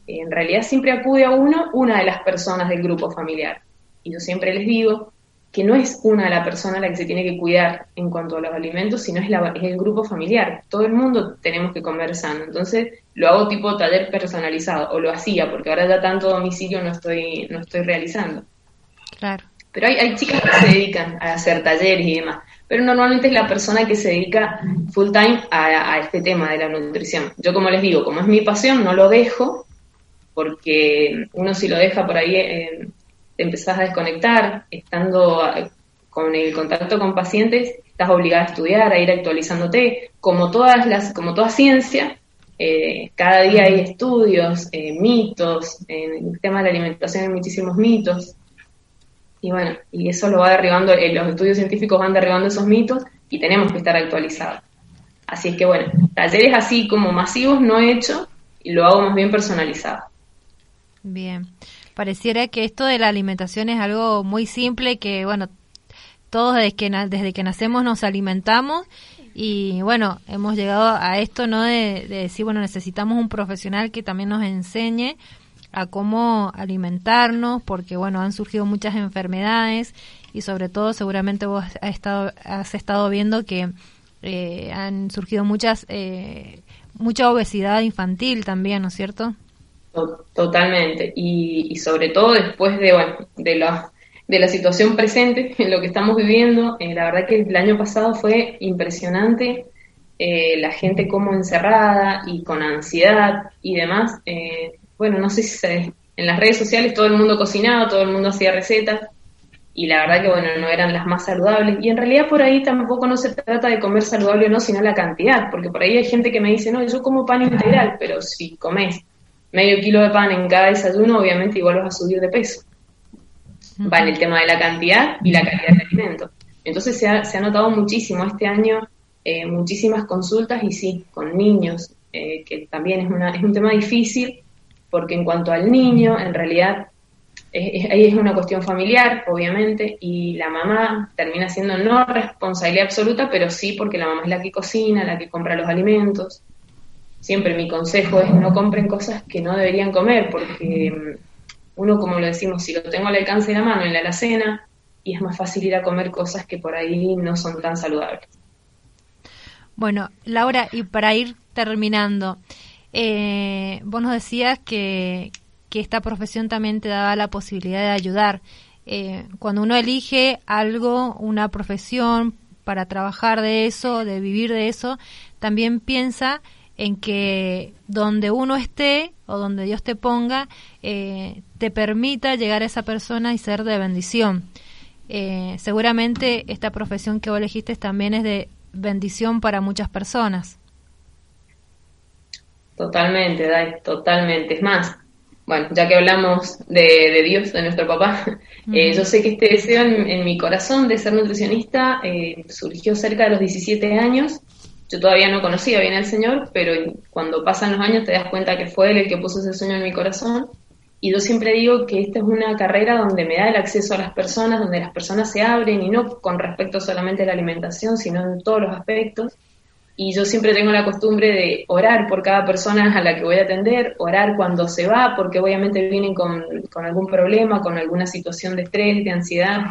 En realidad siempre acude a uno una de las personas del grupo familiar. Y yo siempre les digo que no es una la persona la que se tiene que cuidar en cuanto a los alimentos, sino es, la- es el grupo familiar. Todo el mundo tenemos que comer sano. Entonces lo hago tipo taller personalizado, o lo hacía, porque ahora ya tanto domicilio no estoy, no estoy realizando. Claro. Pero hay, hay chicas que se dedican a hacer talleres y demás. Pero normalmente es la persona que se dedica full time a, a este tema de la nutrición. Yo como les digo, como es mi pasión, no lo dejo, porque uno si lo deja por ahí eh, te empezás a desconectar, estando eh, con el contacto con pacientes, estás obligada a estudiar, a ir actualizándote, como todas las, como toda ciencia, eh, cada día hay estudios, eh, mitos, en el tema de la alimentación hay muchísimos mitos, y bueno, y eso lo va derribando, eh, los estudios científicos van derribando esos mitos y tenemos que estar actualizados. Así es que bueno, talleres así como masivos no he hecho y lo hago más bien personalizado. Bien. Pareciera que esto de la alimentación es algo muy simple que, bueno, todos desde que, na- desde que nacemos nos alimentamos y, bueno, hemos llegado a esto, ¿no? De, de decir, bueno, necesitamos un profesional que también nos enseñe a cómo alimentarnos, porque, bueno, han surgido muchas enfermedades y sobre todo seguramente vos has estado, has estado viendo que eh, han surgido muchas, eh, mucha obesidad infantil también, ¿no es cierto? To- Totalmente. Y, y sobre todo después de, bueno, de, la, de la situación presente, en lo que estamos viviendo, eh, la verdad que el año pasado fue impresionante. eh, la gente como encerrada y con ansiedad y demás. eh, bueno, no sé si se- en las redes sociales todo el mundo cocinaba, todo el mundo hacía recetas y la verdad que bueno, no eran las más saludables. Y en realidad por ahí tampoco no se trata de comer saludable o no, sino la cantidad, porque por ahí hay gente que me dice, no, yo como pan integral, pero si comes medio kilo de pan en cada desayuno, obviamente igual vas a subir de peso. Va en el tema de la cantidad y la calidad del alimento. Entonces se ha, se ha notado muchísimo este año, eh, muchísimas consultas y sí, con niños, eh, que también es, una, es un tema difícil, porque en cuanto al niño, en realidad es- es- ahí es una cuestión familiar, obviamente, y la mamá termina siendo no responsabilidad absoluta, pero sí porque la mamá es la que cocina, la que compra los alimentos siempre mi consejo es no compren cosas que no deberían comer, porque mm, uno, como lo decimos, si lo tengo al alcance de la mano en la alacena, y es más fácil ir a comer cosas que por ahí no son tan saludables. Bueno, Laura, y para ir terminando, eh, vos nos decías que, que esta profesión también te daba la posibilidad de ayudar. Eh, cuando uno elige algo, una profesión para trabajar de eso, de vivir de eso, también piensa en que donde uno esté o donde Dios te ponga, eh, te permita llegar a esa persona y ser de bendición. Eh, seguramente esta profesión que vos elegiste también es de bendición para muchas personas. Totalmente, Dai, totalmente. Es más, bueno, ya que hablamos de, de Dios, de nuestro papá, eh, yo sé que este deseo en, en mi corazón de ser nutricionista eh, surgió cerca de los 17 años. Yo todavía no conocía bien al Señor, pero cuando pasan los años te das cuenta que fue Él el que puso ese sueño en mi corazón. Y yo siempre digo que esta es una carrera donde me da el acceso a las personas, donde las personas se abren y no con respecto solamente a la alimentación, sino en todos los aspectos. Y yo siempre tengo la costumbre de orar por cada persona a la que voy a atender, orar cuando se va, porque obviamente vienen con, con algún problema, con alguna situación de estrés, de ansiedad.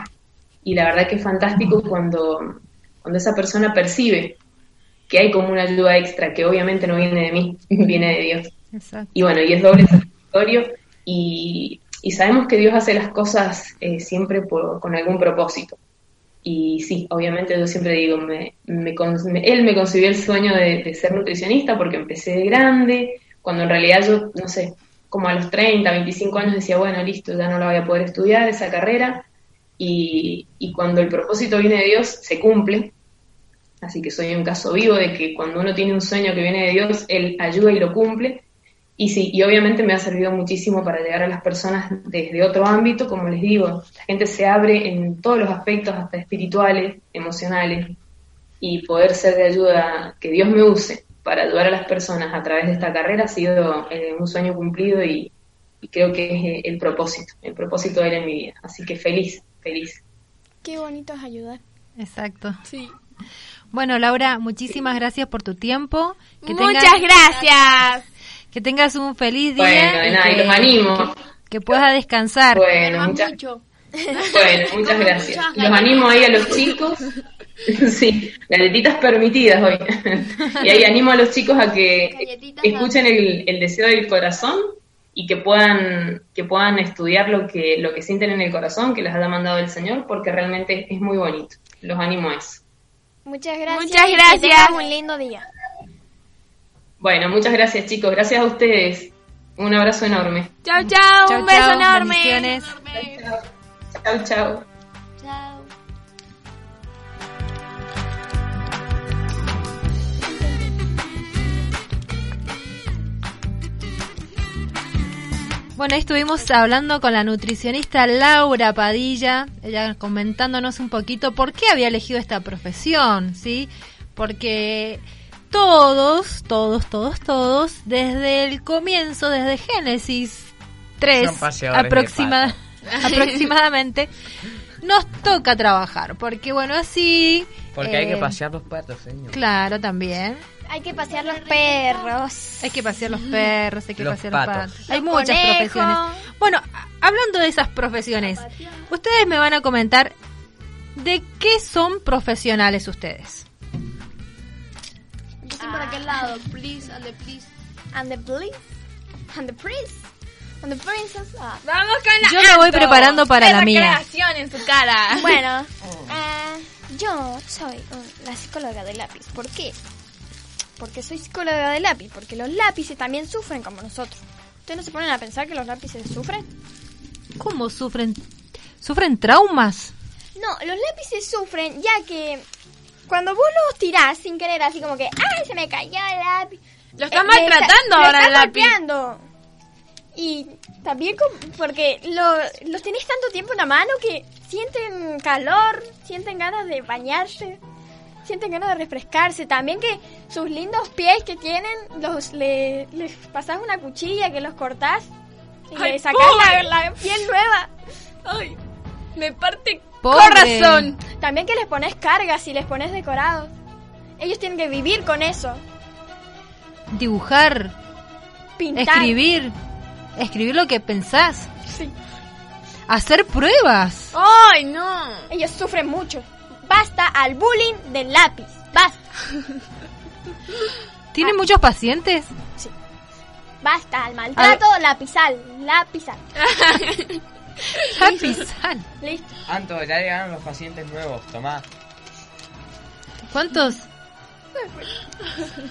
Y la verdad que es fantástico cuando, cuando esa persona percibe que hay como una ayuda extra, que obviamente no viene de mí, viene de Dios. Y bueno, y es doble satisfactorio y, y sabemos que Dios hace las cosas eh, siempre por- con algún propósito. Y sí, obviamente yo siempre digo, me, me con- me- él me concibió el sueño de, de ser nutricionista porque empecé de grande, cuando en realidad yo, no sé, como a los 30, 25 años decía, bueno, listo, ya no la voy a poder estudiar esa carrera. Y, y cuando el propósito viene de Dios, se cumple. Así que soy un caso vivo de que cuando uno tiene un sueño que viene de Dios, Él ayuda y lo cumple. Y sí, y obviamente me ha servido muchísimo para llegar a las personas desde otro ámbito, como les digo, la gente se abre en todos los aspectos, hasta espirituales, emocionales, y poder ser de ayuda, que Dios me use para ayudar a las personas a través de esta carrera ha sido eh, un sueño cumplido y, y creo que es eh, el propósito, el propósito de él en mi vida. Así que feliz, feliz. Qué bonito es ayudar. Exacto. Sí. Bueno, Laura, muchísimas gracias por tu tiempo. Muchas gracias. Que tengas un feliz día. Bueno, de y nada, y que- los animo. Que, que puedas descansar. Bueno, muchas, bueno, muchas gracias. muchas Los ganas. animo ahí a los chicos. sí, galletitas permitidas hoy. y ahí animo a los chicos a que escuchen el, el deseo del corazón y que puedan que puedan estudiar lo que lo que sienten en el corazón que les haya mandado el Señor porque realmente es muy bonito. Los animo a eso. Muchas gracias. Muchas y que gracias. tengas un lindo día. Bueno, muchas gracias chicos. Gracias a ustedes. Un abrazo enorme. Chao, chao, Chau, un beso chau, enorme. bendiciones. Chao, chao. Chao. Bueno, ahí estuvimos hablando con la nutricionista Laura Padilla, ella comentándonos un poquito por qué había elegido esta profesión, ¿sí? Porque todos, todos, todos, todos, desde el comienzo, desde Génesis 3, Son paseadores de aproxima- aproximadamente, nos toca trabajar, porque bueno, así... Porque hay que eh, pasear los patos, señor. Claro, también. Hay que pasear los perros. Hay que pasear los perros, hay que Los pasear patos. los patos. Hay Los muchas conejos. profesiones. Bueno, a- hablando de esas profesiones, ustedes me van a comentar de qué son profesionales ustedes. Dicen por aquel lado, please, and the please. And the police. And the prince. And the princess. Ah. Vamos con la Yo me voy Anto. preparando para Esa la mía. creación en su cara. Bueno, ah, yo soy un- la psicóloga de lápiz. ¿Por qué? Porque soy psicóloga de lápiz, porque los lápices también sufren como nosotros. ¿Ustedes no se ponen a pensar que los lápices sufren? ¿Cómo sufren? ¿Sufren traumas? No, los lápices sufren ya que cuando vos los tirás sin querer, así como que, ¡ay, se me cayó el lápiz! Lo estás Eh, me maltratando lo ahora estás el lápiz. golpeando. Y también com- porque lo- los tenés tanto tiempo en la mano que sienten calor, sienten ganas de bañarse, sienten ganas de refrescarse. También que sus lindos pies que tienen, los le- les pasás una cuchilla que los cortás y Ay, le sacás la, pobre. la piel nueva. Ay, me parte Pobre. corazón. También que les pones cargas y les pones decorados. Ellos tienen que vivir con eso. Dibujar, Pintar. escribir, escribir lo que pensás, Sí. hacer pruebas. ¡Ay, no! Ellos sufren mucho. Basta al bullying del lápiz. Basta. Ah. ¿Tienen muchos pacientes? Basta al maltrato lapizal. Lapizal. Lapizal. Listo. Anto, ya llegaron los pacientes nuevos, tomá. ¿Cuántos?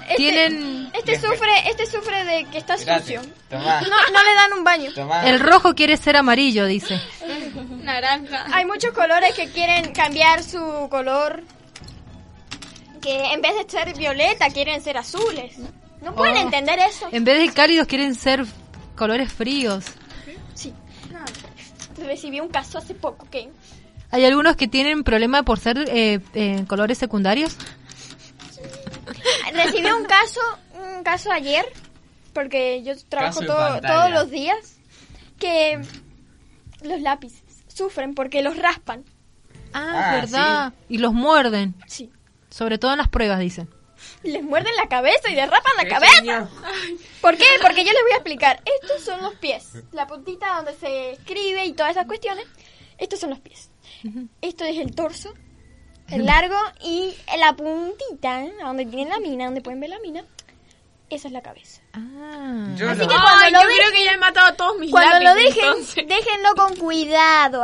Este- Tienen- Este sufre, este sufre de que está sucio. Gracias. Tomá. No, no le dan un baño. Tomá. El rojo quiere ser amarillo, dice. Naranja. Hay muchos colores que quieren cambiar su color. Que en vez de ser violeta quieren ser azules. No pueden Oh. entender eso. En vez de cálidos quieren ser colores fríos. Sí. Recibí un caso hace poco que Hay algunos que tienen problema por ser eh, eh, colores secundarios. recibí un caso, un caso ayer, porque yo trabajo en todo- pantalla. todos los días, que los lápices sufren porque los raspan. Ah, ¿verdad? Y los muerden. Sí. Sobre todo en las pruebas, dicen. Les muerden la cabeza y derrapan la cabeza. ¿Por qué? Porque yo les voy a explicar. Estos son los pies, la puntita donde se escribe y todas esas cuestiones. Estos son los pies. Esto es el torso, el largo y la puntita, ¿eh? a donde tienen la mina, donde pueden ver la mina. esa es la cabeza. Yo Así no. que cuando Ay, lo yo dejen- creo que ya he matado a todos mis Cuando lo lápices, dejen, entonces. déjenlo con cuidado,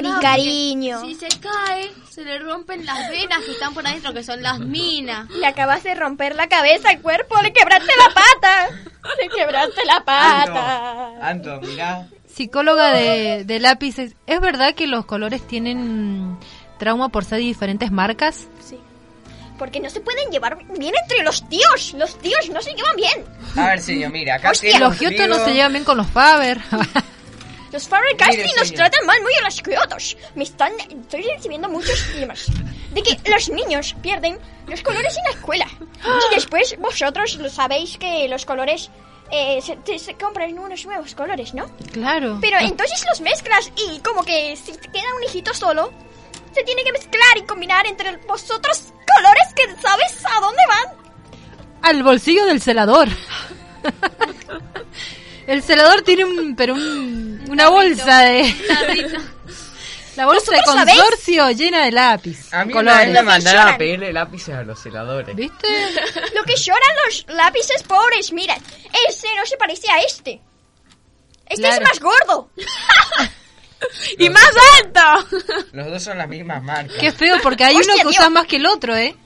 No, y Ah, porque cariño. Si se cae, se le rompen las venas que están por adentro, que son las minas. Le acabas de romper la cabeza, el cuerpo, le quebraste la pata. Le quebraste la pata. Anto, mirá. Psicóloga de, de lápices, ¿es verdad que los colores tienen trauma por ser de diferentes marcas? Sí. Porque no se pueden llevar bien entre los tíos. Los tíos no se llevan bien. A ver, señor, mira, acá Hostia, tengo los Kyoto no trigo. se llevan bien con los Faber. Los Faber Castell Mire, nos señor. tratan mal muy a los criados. Me están. Estoy recibiendo muchos temas. De que los niños pierden los colores en la escuela. Y después vosotros lo sabéis que los colores. eh, se, te- se compran unos nuevos colores, ¿no? Claro. Pero entonces los mezclas y como que si te queda un hijito solo, se tiene que mezclar y combinar entre vosotros colores que sabes a dónde van. Al bolsillo del celador. El celador tiene un, pero un- una bolsa de... La bolsa de ¿Vosotros sabéis? consorcio llena de lápiz. A mí una colores. vez me mandaron a pedirle lápices a los celadores. ¿Viste? Lo que lloran los lápices pobres, mirad. Ese no se parece a este. Este Claro. es más gordo. ¡Y más alto! Los dos son las mismas marcas. Qué feo, porque hay Hostia, uno que Dios. usa más que el otro, ¿eh?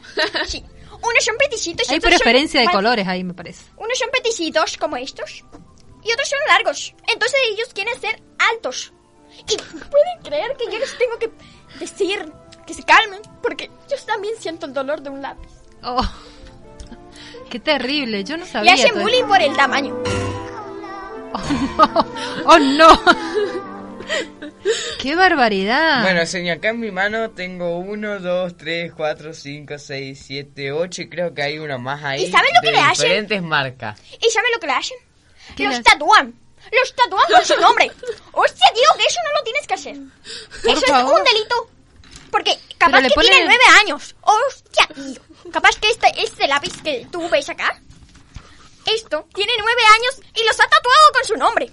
Sí. Unos son peticitos y Hay otros preferencia de son... bueno, colores ahí, me parece. Unos son peticitos como estos y otros son largos. Entonces ellos quieren ser altos. Y pueden creer que yo les tengo que decir que se calmen porque yo también siento el dolor de un lápiz. Oh, qué terrible, yo no Le sabía. hacen todo bullying esto. por el tamaño. ¡Oh, no! ¡Qué barbaridad! Bueno, señor, acá en mi mano tengo 1, 2, 3, 4, 5, 6, 7, 8 y creo que hay uno más ahí. ¿Y saben lo que de le hacen? diferentes marcas. ¿Y saben lo que le hacen? ¿Qué Los le hacen? tatúan. Los tatúan con su nombre. Hostia, tío, que eso no lo tienes que hacer. eso es un delito. Porque capaz le que ponen tiene el- nueve años. Hostia, tío. Capaz que este, este lápiz que tú ves acá, esto, tiene nueve años y los ha tatuado con su nombre.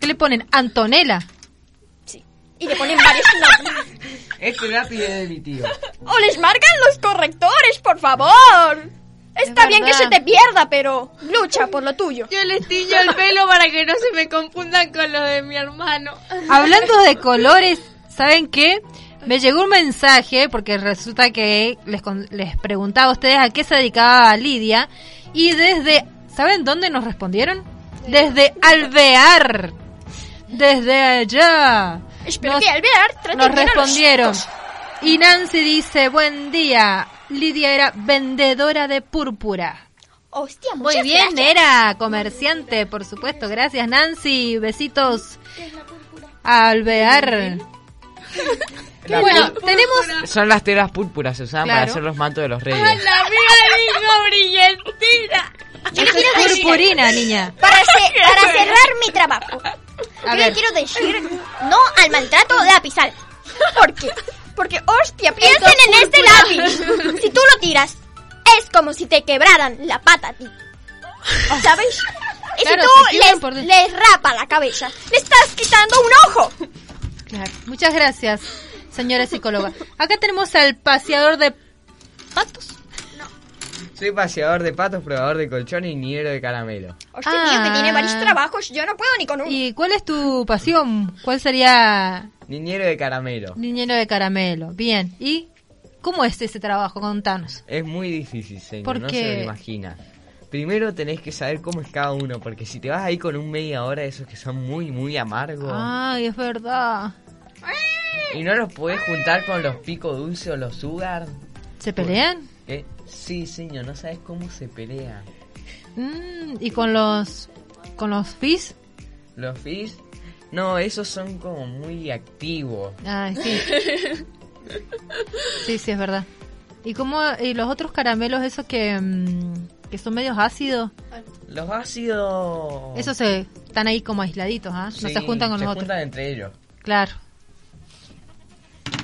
¿Qué le ponen? Antonella. Y le ponen varios nombres. Este lápiz es de mi tío. O les marcan los correctores, por favor. Está bien que verdad. se te pierda, pero lucha por lo tuyo. Yo les tiño el pelo para que no se me confundan con lo de mi hermano. Hablando de colores, ¿saben qué? Me llegó un mensaje porque resulta que les, con- les preguntaba a ustedes a qué se dedicaba Lidia y desde, ¿saben dónde nos respondieron? Desde Alvear. Desde allá. Espero que Alvear trate nos bien a los respondieron. Y Nancy dice, buen día. Lidia era vendedora de púrpura. Hostia, Muy muchas bien, gracias. era comerciante, por supuesto. Gracias, Nancy. Besitos. Alvear. La Bueno, púrpura. tenemos Son las telas púrpuras, se usaban para Claro. hacer los mantos de Ah, los reyes. La amiga dijo brillantina. Yo le quiero decir- purpurina, niña. Para, ce- para cerrar mi trabajo, A yo ver. le quiero decir no al maltrato lapizal. ¿Por qué? Porque, hostia, piensen en este lápiz. Si tú lo tiras, es como si te quebraran la pata a ti. ¿Sabes? Y Claro, te si quiebran tú les, les rapa la cabeza, le estás quitando un ojo. Claro. Muchas gracias, señora psicóloga. Acá tenemos al paseador de patos. Soy paseador de patos, probador de colchón y niero de caramelo. Hostia, tío, que tiene varios Ah. trabajos, yo no puedo ni con uno. ¿Y cuál es tu pasión? ¿Cuál sería Niñero de caramelo. niñero de caramelo? Bien. ¿Y cómo es ese trabajo? Contanos. Es muy difícil, señor. ¿Por no qué? se lo imagina. Primero tenés que saber cómo es cada uno, porque si te vas ahí con un media hora de esos que son muy, muy amargos, Ah. Ay, es verdad. y no los podés juntar con los pico dulce o los sugar. ¿Se pelean? ¿eh? Sí, señor, no sabes cómo se pelea. Mm, ¿Y con los con los fizz? Los fish, no, esos son como muy activos. Ay, sí. Sí, sí, es verdad. ¿Y cómo y los otros caramelos esos que, mm, que son medios ácidos? Los ácidos. Esos se, están ahí como aisladitos, ¿ah? No Oh. Sí, se juntan con se los otros. juntan entre ellos. Claro.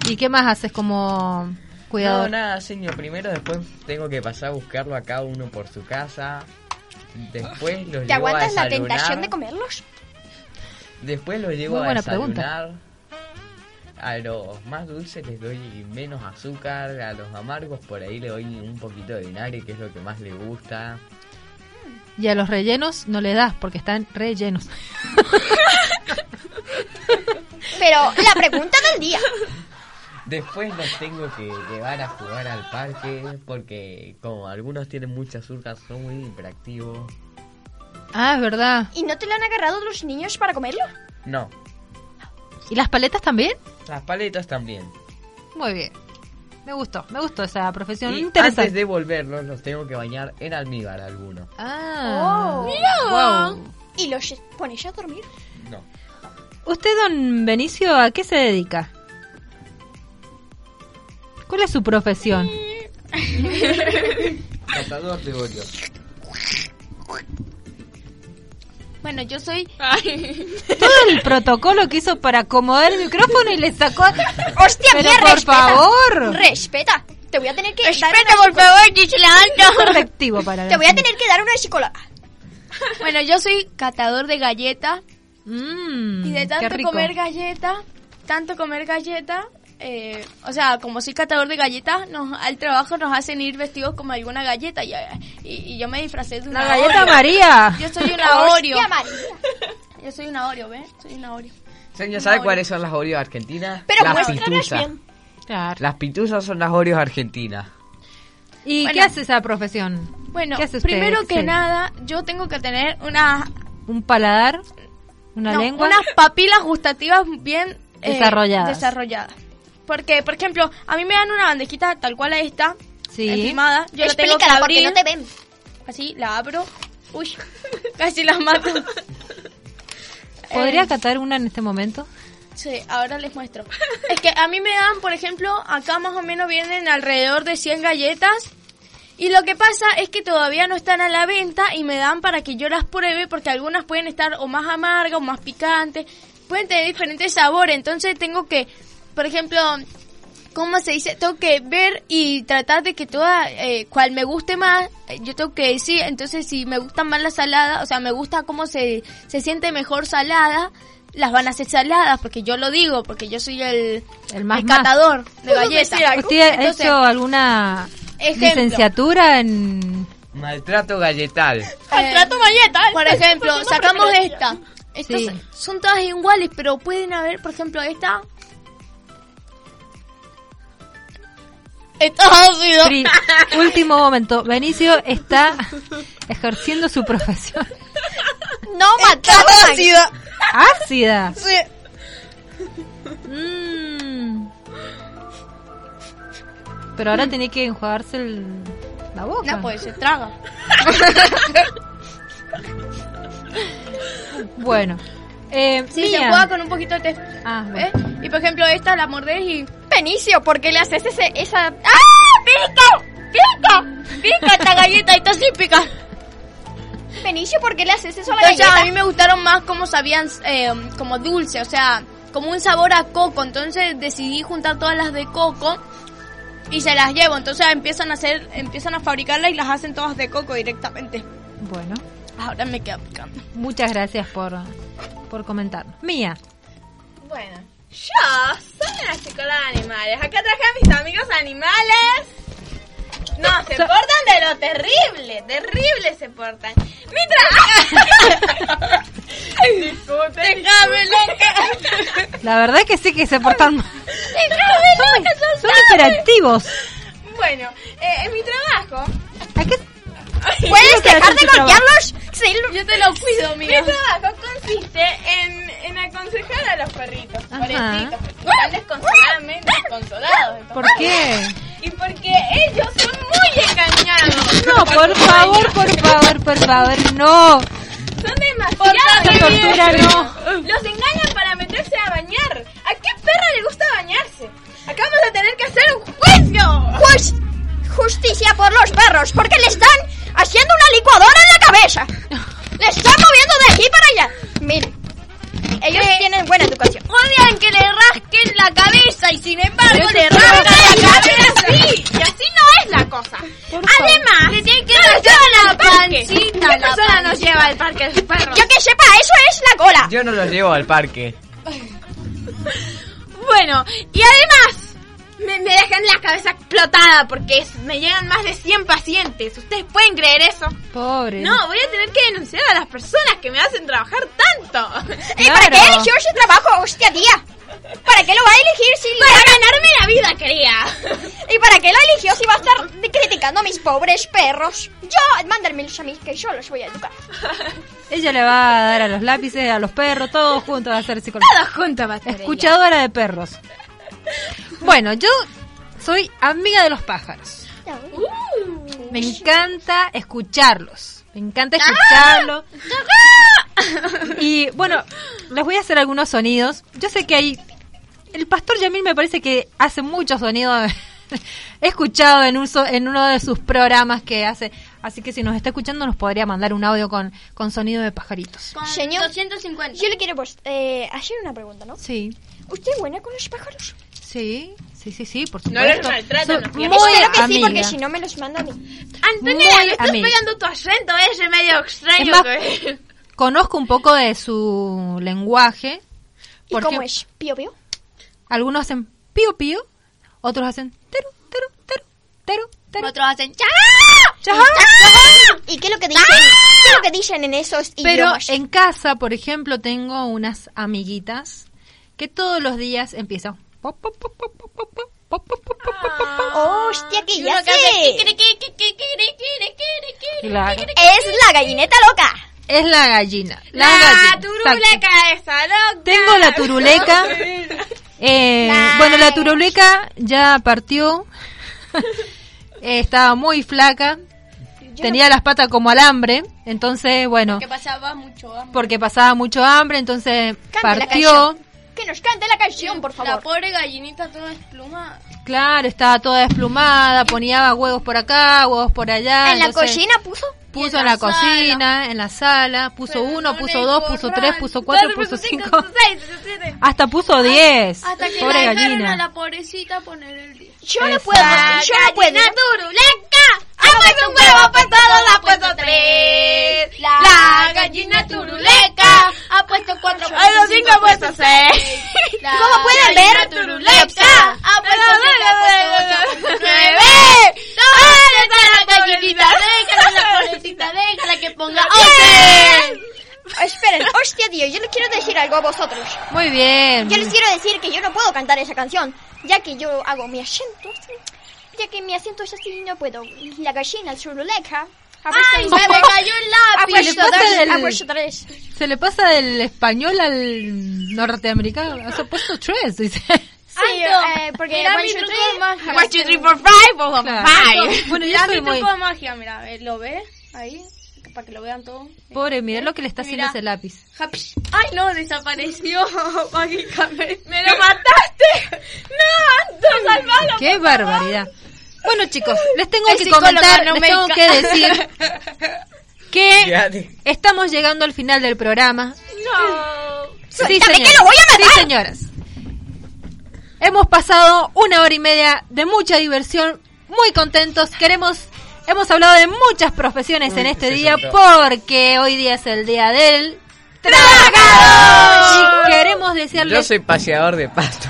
¿Y qué más haces como cuidado? No, nada, señor. Primero, después tengo que pasar a buscarlo a cada uno por su casa. Después los ¿Te llevo a aguantas la desayunar. tentación de comerlos? Después los llevo Muy a buena desayunar. A los más dulces les doy menos azúcar. A los amargos por ahí le doy un poquito de vinagre, que es lo que más le gusta. y a los rellenos no le das porque están rellenos. Pero la pregunta del día. Después los tengo que llevar a jugar al parque porque como algunos tienen mucha azúcar son muy hiperactivos. Ah, es verdad. ¿Y no te lo han agarrado los niños para comerlo? No, ¿Y las paletas también? las paletas también. Muy bien. Me gustó, me gustó esa profesión. Y Mm, Interesante. antes de volverlos los tengo que bañar en almíbar algunos. Ah. ¡Mira! Wow. Oh. Y los lle- pones ya a dormir. No. ¿Usted, don Benicio, a qué se dedica? ¿Cuál es su profesión? Catador de bollos. Bueno, yo soy. Todo el protocolo que hizo para acomodar el micrófono y le sacó... ¡Hostia, Pero mira, por respeta. favor. Respeta. Te voy a tener que dar Respeta, una por psico- favor, Gislando. Correctivo para la Te voy a gente. tener que dar una psicóloga. Bueno, yo soy catador de galleta. Mm, Y de qué tanto rico. comer galleta, tanto comer galleta, eh, o sea, como soy catador de galletas, nos, al trabajo nos hacen ir vestidos como alguna galleta. Y, y- y yo me disfracé de una La galleta Oreo. María. Yo soy una Oreo. Hostia, María. Yo soy una Oreo, ¿ves? Soy una Oreo. Señor, ¿sabe cuáles son las Oreos argentinas? Pero las muéstranos pituzas. bien. Claro. Las pituzas son las Oreos argentinas. ¿Y Bueno. qué hace esa profesión? Bueno, ¿Qué hace usted, primero que Excel? nada, yo tengo que tener una, ¿Un paladar? ¿Una no, lengua? unas papilas gustativas bien eh, Desarrolladas. desarrolladas. Porque, por ejemplo, a mí me dan una bandejita tal cual a esta, Sí. encimada, yo la tengo que Explícala porque abrir. no te ven. Así, la abro. Uy, casi la mato. ¿Podría Eh, catar una en este momento? Sí, ahora les muestro. Es que a mí me dan, por ejemplo, acá más o menos vienen alrededor de 100 galletas. Y lo que pasa es que todavía no están a la venta y me dan para que yo las pruebe porque algunas pueden estar o más amargas o más picantes. Pueden tener diferentes sabores. Entonces tengo que, por ejemplo, ¿cómo se dice? Tengo que ver y tratar de que toda, eh, cual me guste más, eh, yo tengo que decir, entonces si me gusta más la salada, o sea, me gusta cómo se, se siente mejor salada, las van a hacer saladas, porque yo lo digo, porque yo soy el, El más el más. catador de ¿Puedo galletas. decir algo? ¿Usted ha Entonces, hecho alguna Ejemplo. licenciatura en...? Maltrato galletal. Maltrato galleta. Por ejemplo, sacamos esta. Estas Sí. son todas iguales, pero pueden haber, por ejemplo, esta. Esta ha sido. Pri- último momento. Benicio está ejerciendo su profesión No matar a ácida. Sí. Mm. Pero ahora tenía que enjuagarse el- la boca. No, pues se traga. Bueno. Eh, Si Mía. se juega con un poquito de té. Ah, bueno. ¿Eh? Y por ejemplo, esta la mordés y. Benicio, ¿por qué le haces ese, esa... ¡Ah! ¡Pica! ¡Pica! ¡Pica esta galleta! ¡Esta sí pica! Benicio, ¿por qué le haces eso a la Entonces, galleta? a mí me gustaron más como sabían, eh, como dulce, o sea, como un sabor a coco. Entonces decidí juntar todas las de coco y se las llevo. Entonces empiezan a hacer, empiezan a fabricarlas y las hacen todas de coco directamente. Bueno. Ahora me queda picando. Muchas gracias por, por comentarnos. Mía. Bueno, yo soy una psicóloga de animales. Acá traje a mis amigos animales. No, se So- portan de lo terrible. Terrible se portan. Mi trabajo. Disculpe. Déjame loca. La verdad que sí que se portan mal. Déjame loca. son Son tan- hiperactivos. Bueno, eh, en mi trabajo. ¿A qué? ¿Puedes Creo que dejar hacen de su trabajo. golpearlos? Sí, Yo te lo cuido, Mi mira. trabajo consiste en, en aconsejar a los perritos, Ajá. pobrecitos, porque están desconsoladamente desconsolados. ¿Por qué? Y porque ellos son muy engañados. No, por favor, por favor, por favor, no. Son demasiado tanto tortura, engañados. no. Los engañan para meterse a bañar. ¿A qué perra le gusta bañarse? Acá vamos a tener que hacer un juicio. Pues, justicia por los perros, porque le están haciendo una licuadora en la cabeza. Le están moviendo de aquí para allá. Mira, ellos tienen buena educación. Odian Eh, que le rasquen la cabeza y sin embargo le rascan la cabeza. así. Y así no es la cosa. Además, le tienen que la pancita, ¿Qué la persona nos pancita. lleva al parque de los perros? Yo que sepa, eso es la cola. Yo no los llevo al parque. Bueno, y además, me, me dejan la cabeza explotada porque es- me llegan más de 100 pacientes. ¿Ustedes pueden creer eso? Pobre. No, voy a tener que denunciar a las personas que me hacen trabajar tanto. ¿Y para qué eligió ese trabajo? Hostia, tía. ¿Para qué lo va a elegir si Para ganarme la vida quería. ¿Y para qué lo eligió si va a estar criticando a mis pobres perros? Yo, mándenmelos a mí, que yo los voy a educar. Ella le va a dar a los lápices, a los perros, todos juntos va a ser psicóloga. Todos juntos va a ser ella. Escuchadora de perros. Bueno, yo soy amiga de los pájaros. Me encanta escucharlos. Me encanta ¡Ah! escucharlos. Y bueno, les voy a hacer algunos sonidos. Yo sé que hay. El pastor Yamil me parece que hace muchos sonidos. He escuchado en, un so- en uno de sus programas que hace. Así que si nos está escuchando, nos podría mandar un audio con, con sonido de pajaritos. Señor, 250. Yo le quiero pues, eh, hacer una pregunta, ¿no? Sí. ¿Usted es buena con los pájaros? Sí, sí, sí, sí, por No supuesto. los maltrata, Soy no muy pierde. Espero que sí, porque amiga. si no me los manda a mí. Antonella, Muy le estás amiga. pegando tu acento ese Es medio extraño. más, que- conozco un poco de su lenguaje. ¿Y porque cómo es? ¿Pío, pío? Algunos hacen pío pío, otros hacen teru, teru, teru, teru. Otros hacen cha. Chajá. ¿Y qué es lo que dicen? ¿Qué es lo que dicen en esos Pero idiomas? en casa, por ejemplo, tengo unas amiguitas que todos los días empiezan. pop, pop, pop, pop, pop, pop, pop, pop, pop, pop, pop, pop, pop, pop. Hostia, que Y ya uno que sé. hace kikiri, kikiri, kikiri, kikiri, kikiri, Claro. kikiri. Es la gallineta loca. Es la gallina. La, La gallina, exacto. turuleca esa, loca. Tengo la turuleca. Eh, bueno, la turuleca ya partió. Eh, estaba muy flaca. Tenía las patas como alambre. Entonces, Eh, bueno, Que pasaba mucho hambre. porque pasaba mucho hambre, entonces la partió. Que nos cante la canción, por favor. La pobre gallinita toda desplumada. Claro, estaba toda desplumada, ponía huevos por acá, huevos por allá. ¿En la entonces cocina puso? Ah, Puso en la, cocina, en la sala, puso uno, puso dos, puso tres, puso cuatro, puso cinco, hasta puso diez. Ah, Hasta que Pobre la dejaron gallina. a la pobrecita a poner el 10. Yo no puedo, yo no puedo. Gallina turuleca, hágame un huevo pasado, la ha puesto tres. La, gallina turuleca, ha puesto cuatro, a los cinco eh. ha puesto seis. Como pueden ver, turuleca, ha puesto siete, ha puesto ocho, ha puesto nueve. ¿Dónde está la gallinita? Déjala, la pobrecita, déjala que ponga once. Oh, Esperen, hostia, tío, yo les quiero decir algo a vosotros. Muy bien. Yo les quiero decir que yo no puedo cantar esa canción, ya que yo hago mi acento así. Ya que mi acento es así, no puedo. La gallina churuleca. Ay, se me cayó el lápiz. Le pasa del- tres. Se le pasa del español al norteamericano. Ha puesto tres, dice. Sí, eh, porque Mira one, mi two, truco three, de magia. one, two, three, four, five, four, four, Claro. five. Bueno, yo Mira soy mi muy- truco de magia, mira, a ver, ¿lo ves? Ahí, para que lo vean todos. Pobre, mirá lo que le está haciendo Mira. ese lápiz. Japsh. Ay, no, desapareció mágicamente. ¡Me lo mataste! ¡No, Anto, salvalo! Qué barbaridad. Bueno, chicos, les tengo El que psicólogo comentar, no les me tengo ca- que decir que Fíjate. estamos llegando al final del programa. ¡No! Sí, Suéltame, señores. que lo voy a matar. Sí, señoras. Hemos pasado una hora y media de mucha diversión, muy contentos. Queremos, hemos hablado de muchas profesiones en este día porque hoy día es el día del trabajador. Y queremos Yo desearles, soy paseador de pasto.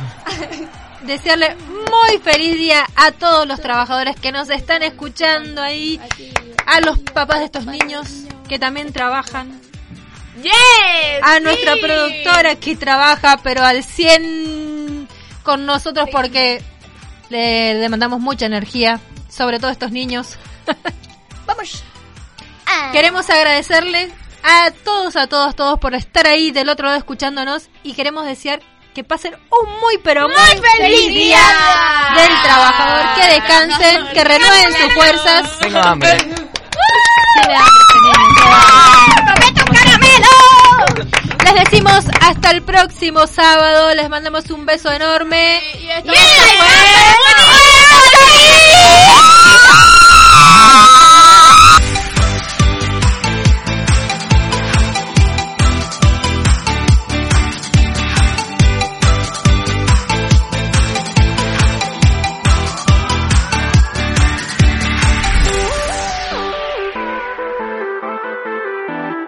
desearle muy feliz día a todos los trabajadores que nos están escuchando ahí, a los papás de estos niños que también trabajan ¡Yes! a nuestra sí. productora que trabaja pero al 100 con nosotros porque le demandamos mucha energía, sobre todo a estos niños. Vamos. Ah. Queremos agradecerles a todos, a todos, todos por estar ahí del otro lado escuchándonos y queremos desear que pasen un muy pero muy, feliz día. del trabajador, que descansen, que renueven sus fuerzas. Tengo hambre. Tiene hambre este niño. Les decimos hasta el próximo sábado, les mandamos un beso enorme. Y esto Bien. fue-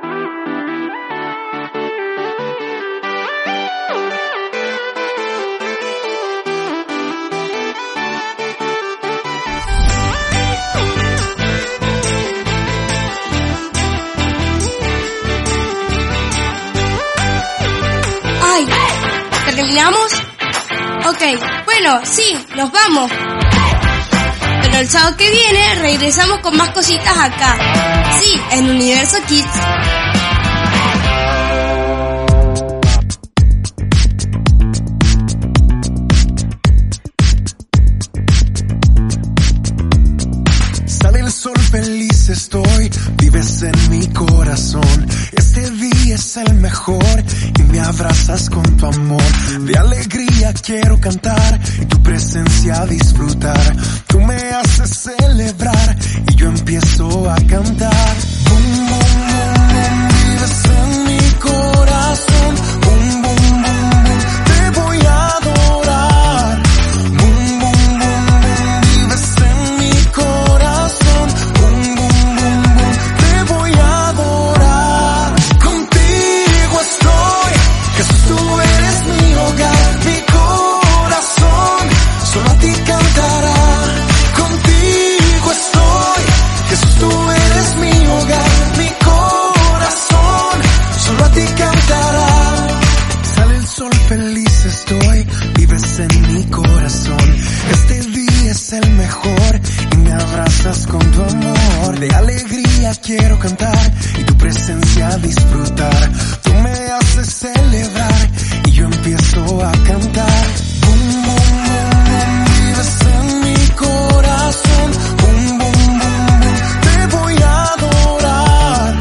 Thank you. Ok, bueno, sí, nos vamos. Pero el sábado que viene regresamos con más cositas acá. Sí, en Universo Kids. Sale el sol, feliz estoy, vives en mi corazón. Este día es el mejor y me abrazas con tu amor. De alegría quiero cantar y tu presencia disfrutar. Tú me haces celebrar y yo empiezo a cantar. Boom, boom, boom, boom, vives en mi corazón. Boom, boom, boom, boom, te voy a adorar. Boom, boom, boom, boom, vives en mi corazón. Boom, boom, boom, boom, te voy a adorar. Contigo estoy, Jesús, tú eres mi hogar, mi corazón, solo a ti cantará. Contigo estoy, Jesús, tú eres mi hogar, mi corazón, solo a ti cantará. Sale el sol, feliz estoy, vives en mi corazón. Este día es el mejor y me abrazas con tu amor. De alegría quiero cantar y tu presencia disfrutar. Tú me haces celebrar y yo empiezo a cantar. Boom, boom, boom, boom, vives en mi corazón. Boom, boom, boom, boom, te voy a adorar.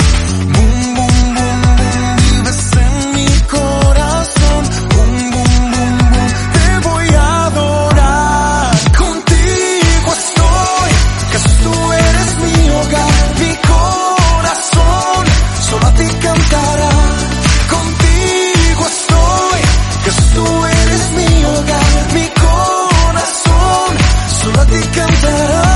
Boom, boom, boom, boom, vives en mi corazón. Boom, boom, boom, boom, te voy a adorar. Contigo estoy, Jesús, tú eres mi hogar, mi corazón, solo a ti cantará. Contigo estoy, Jesús, tú eres mi hogar, mi corazón, solo a ti cantará.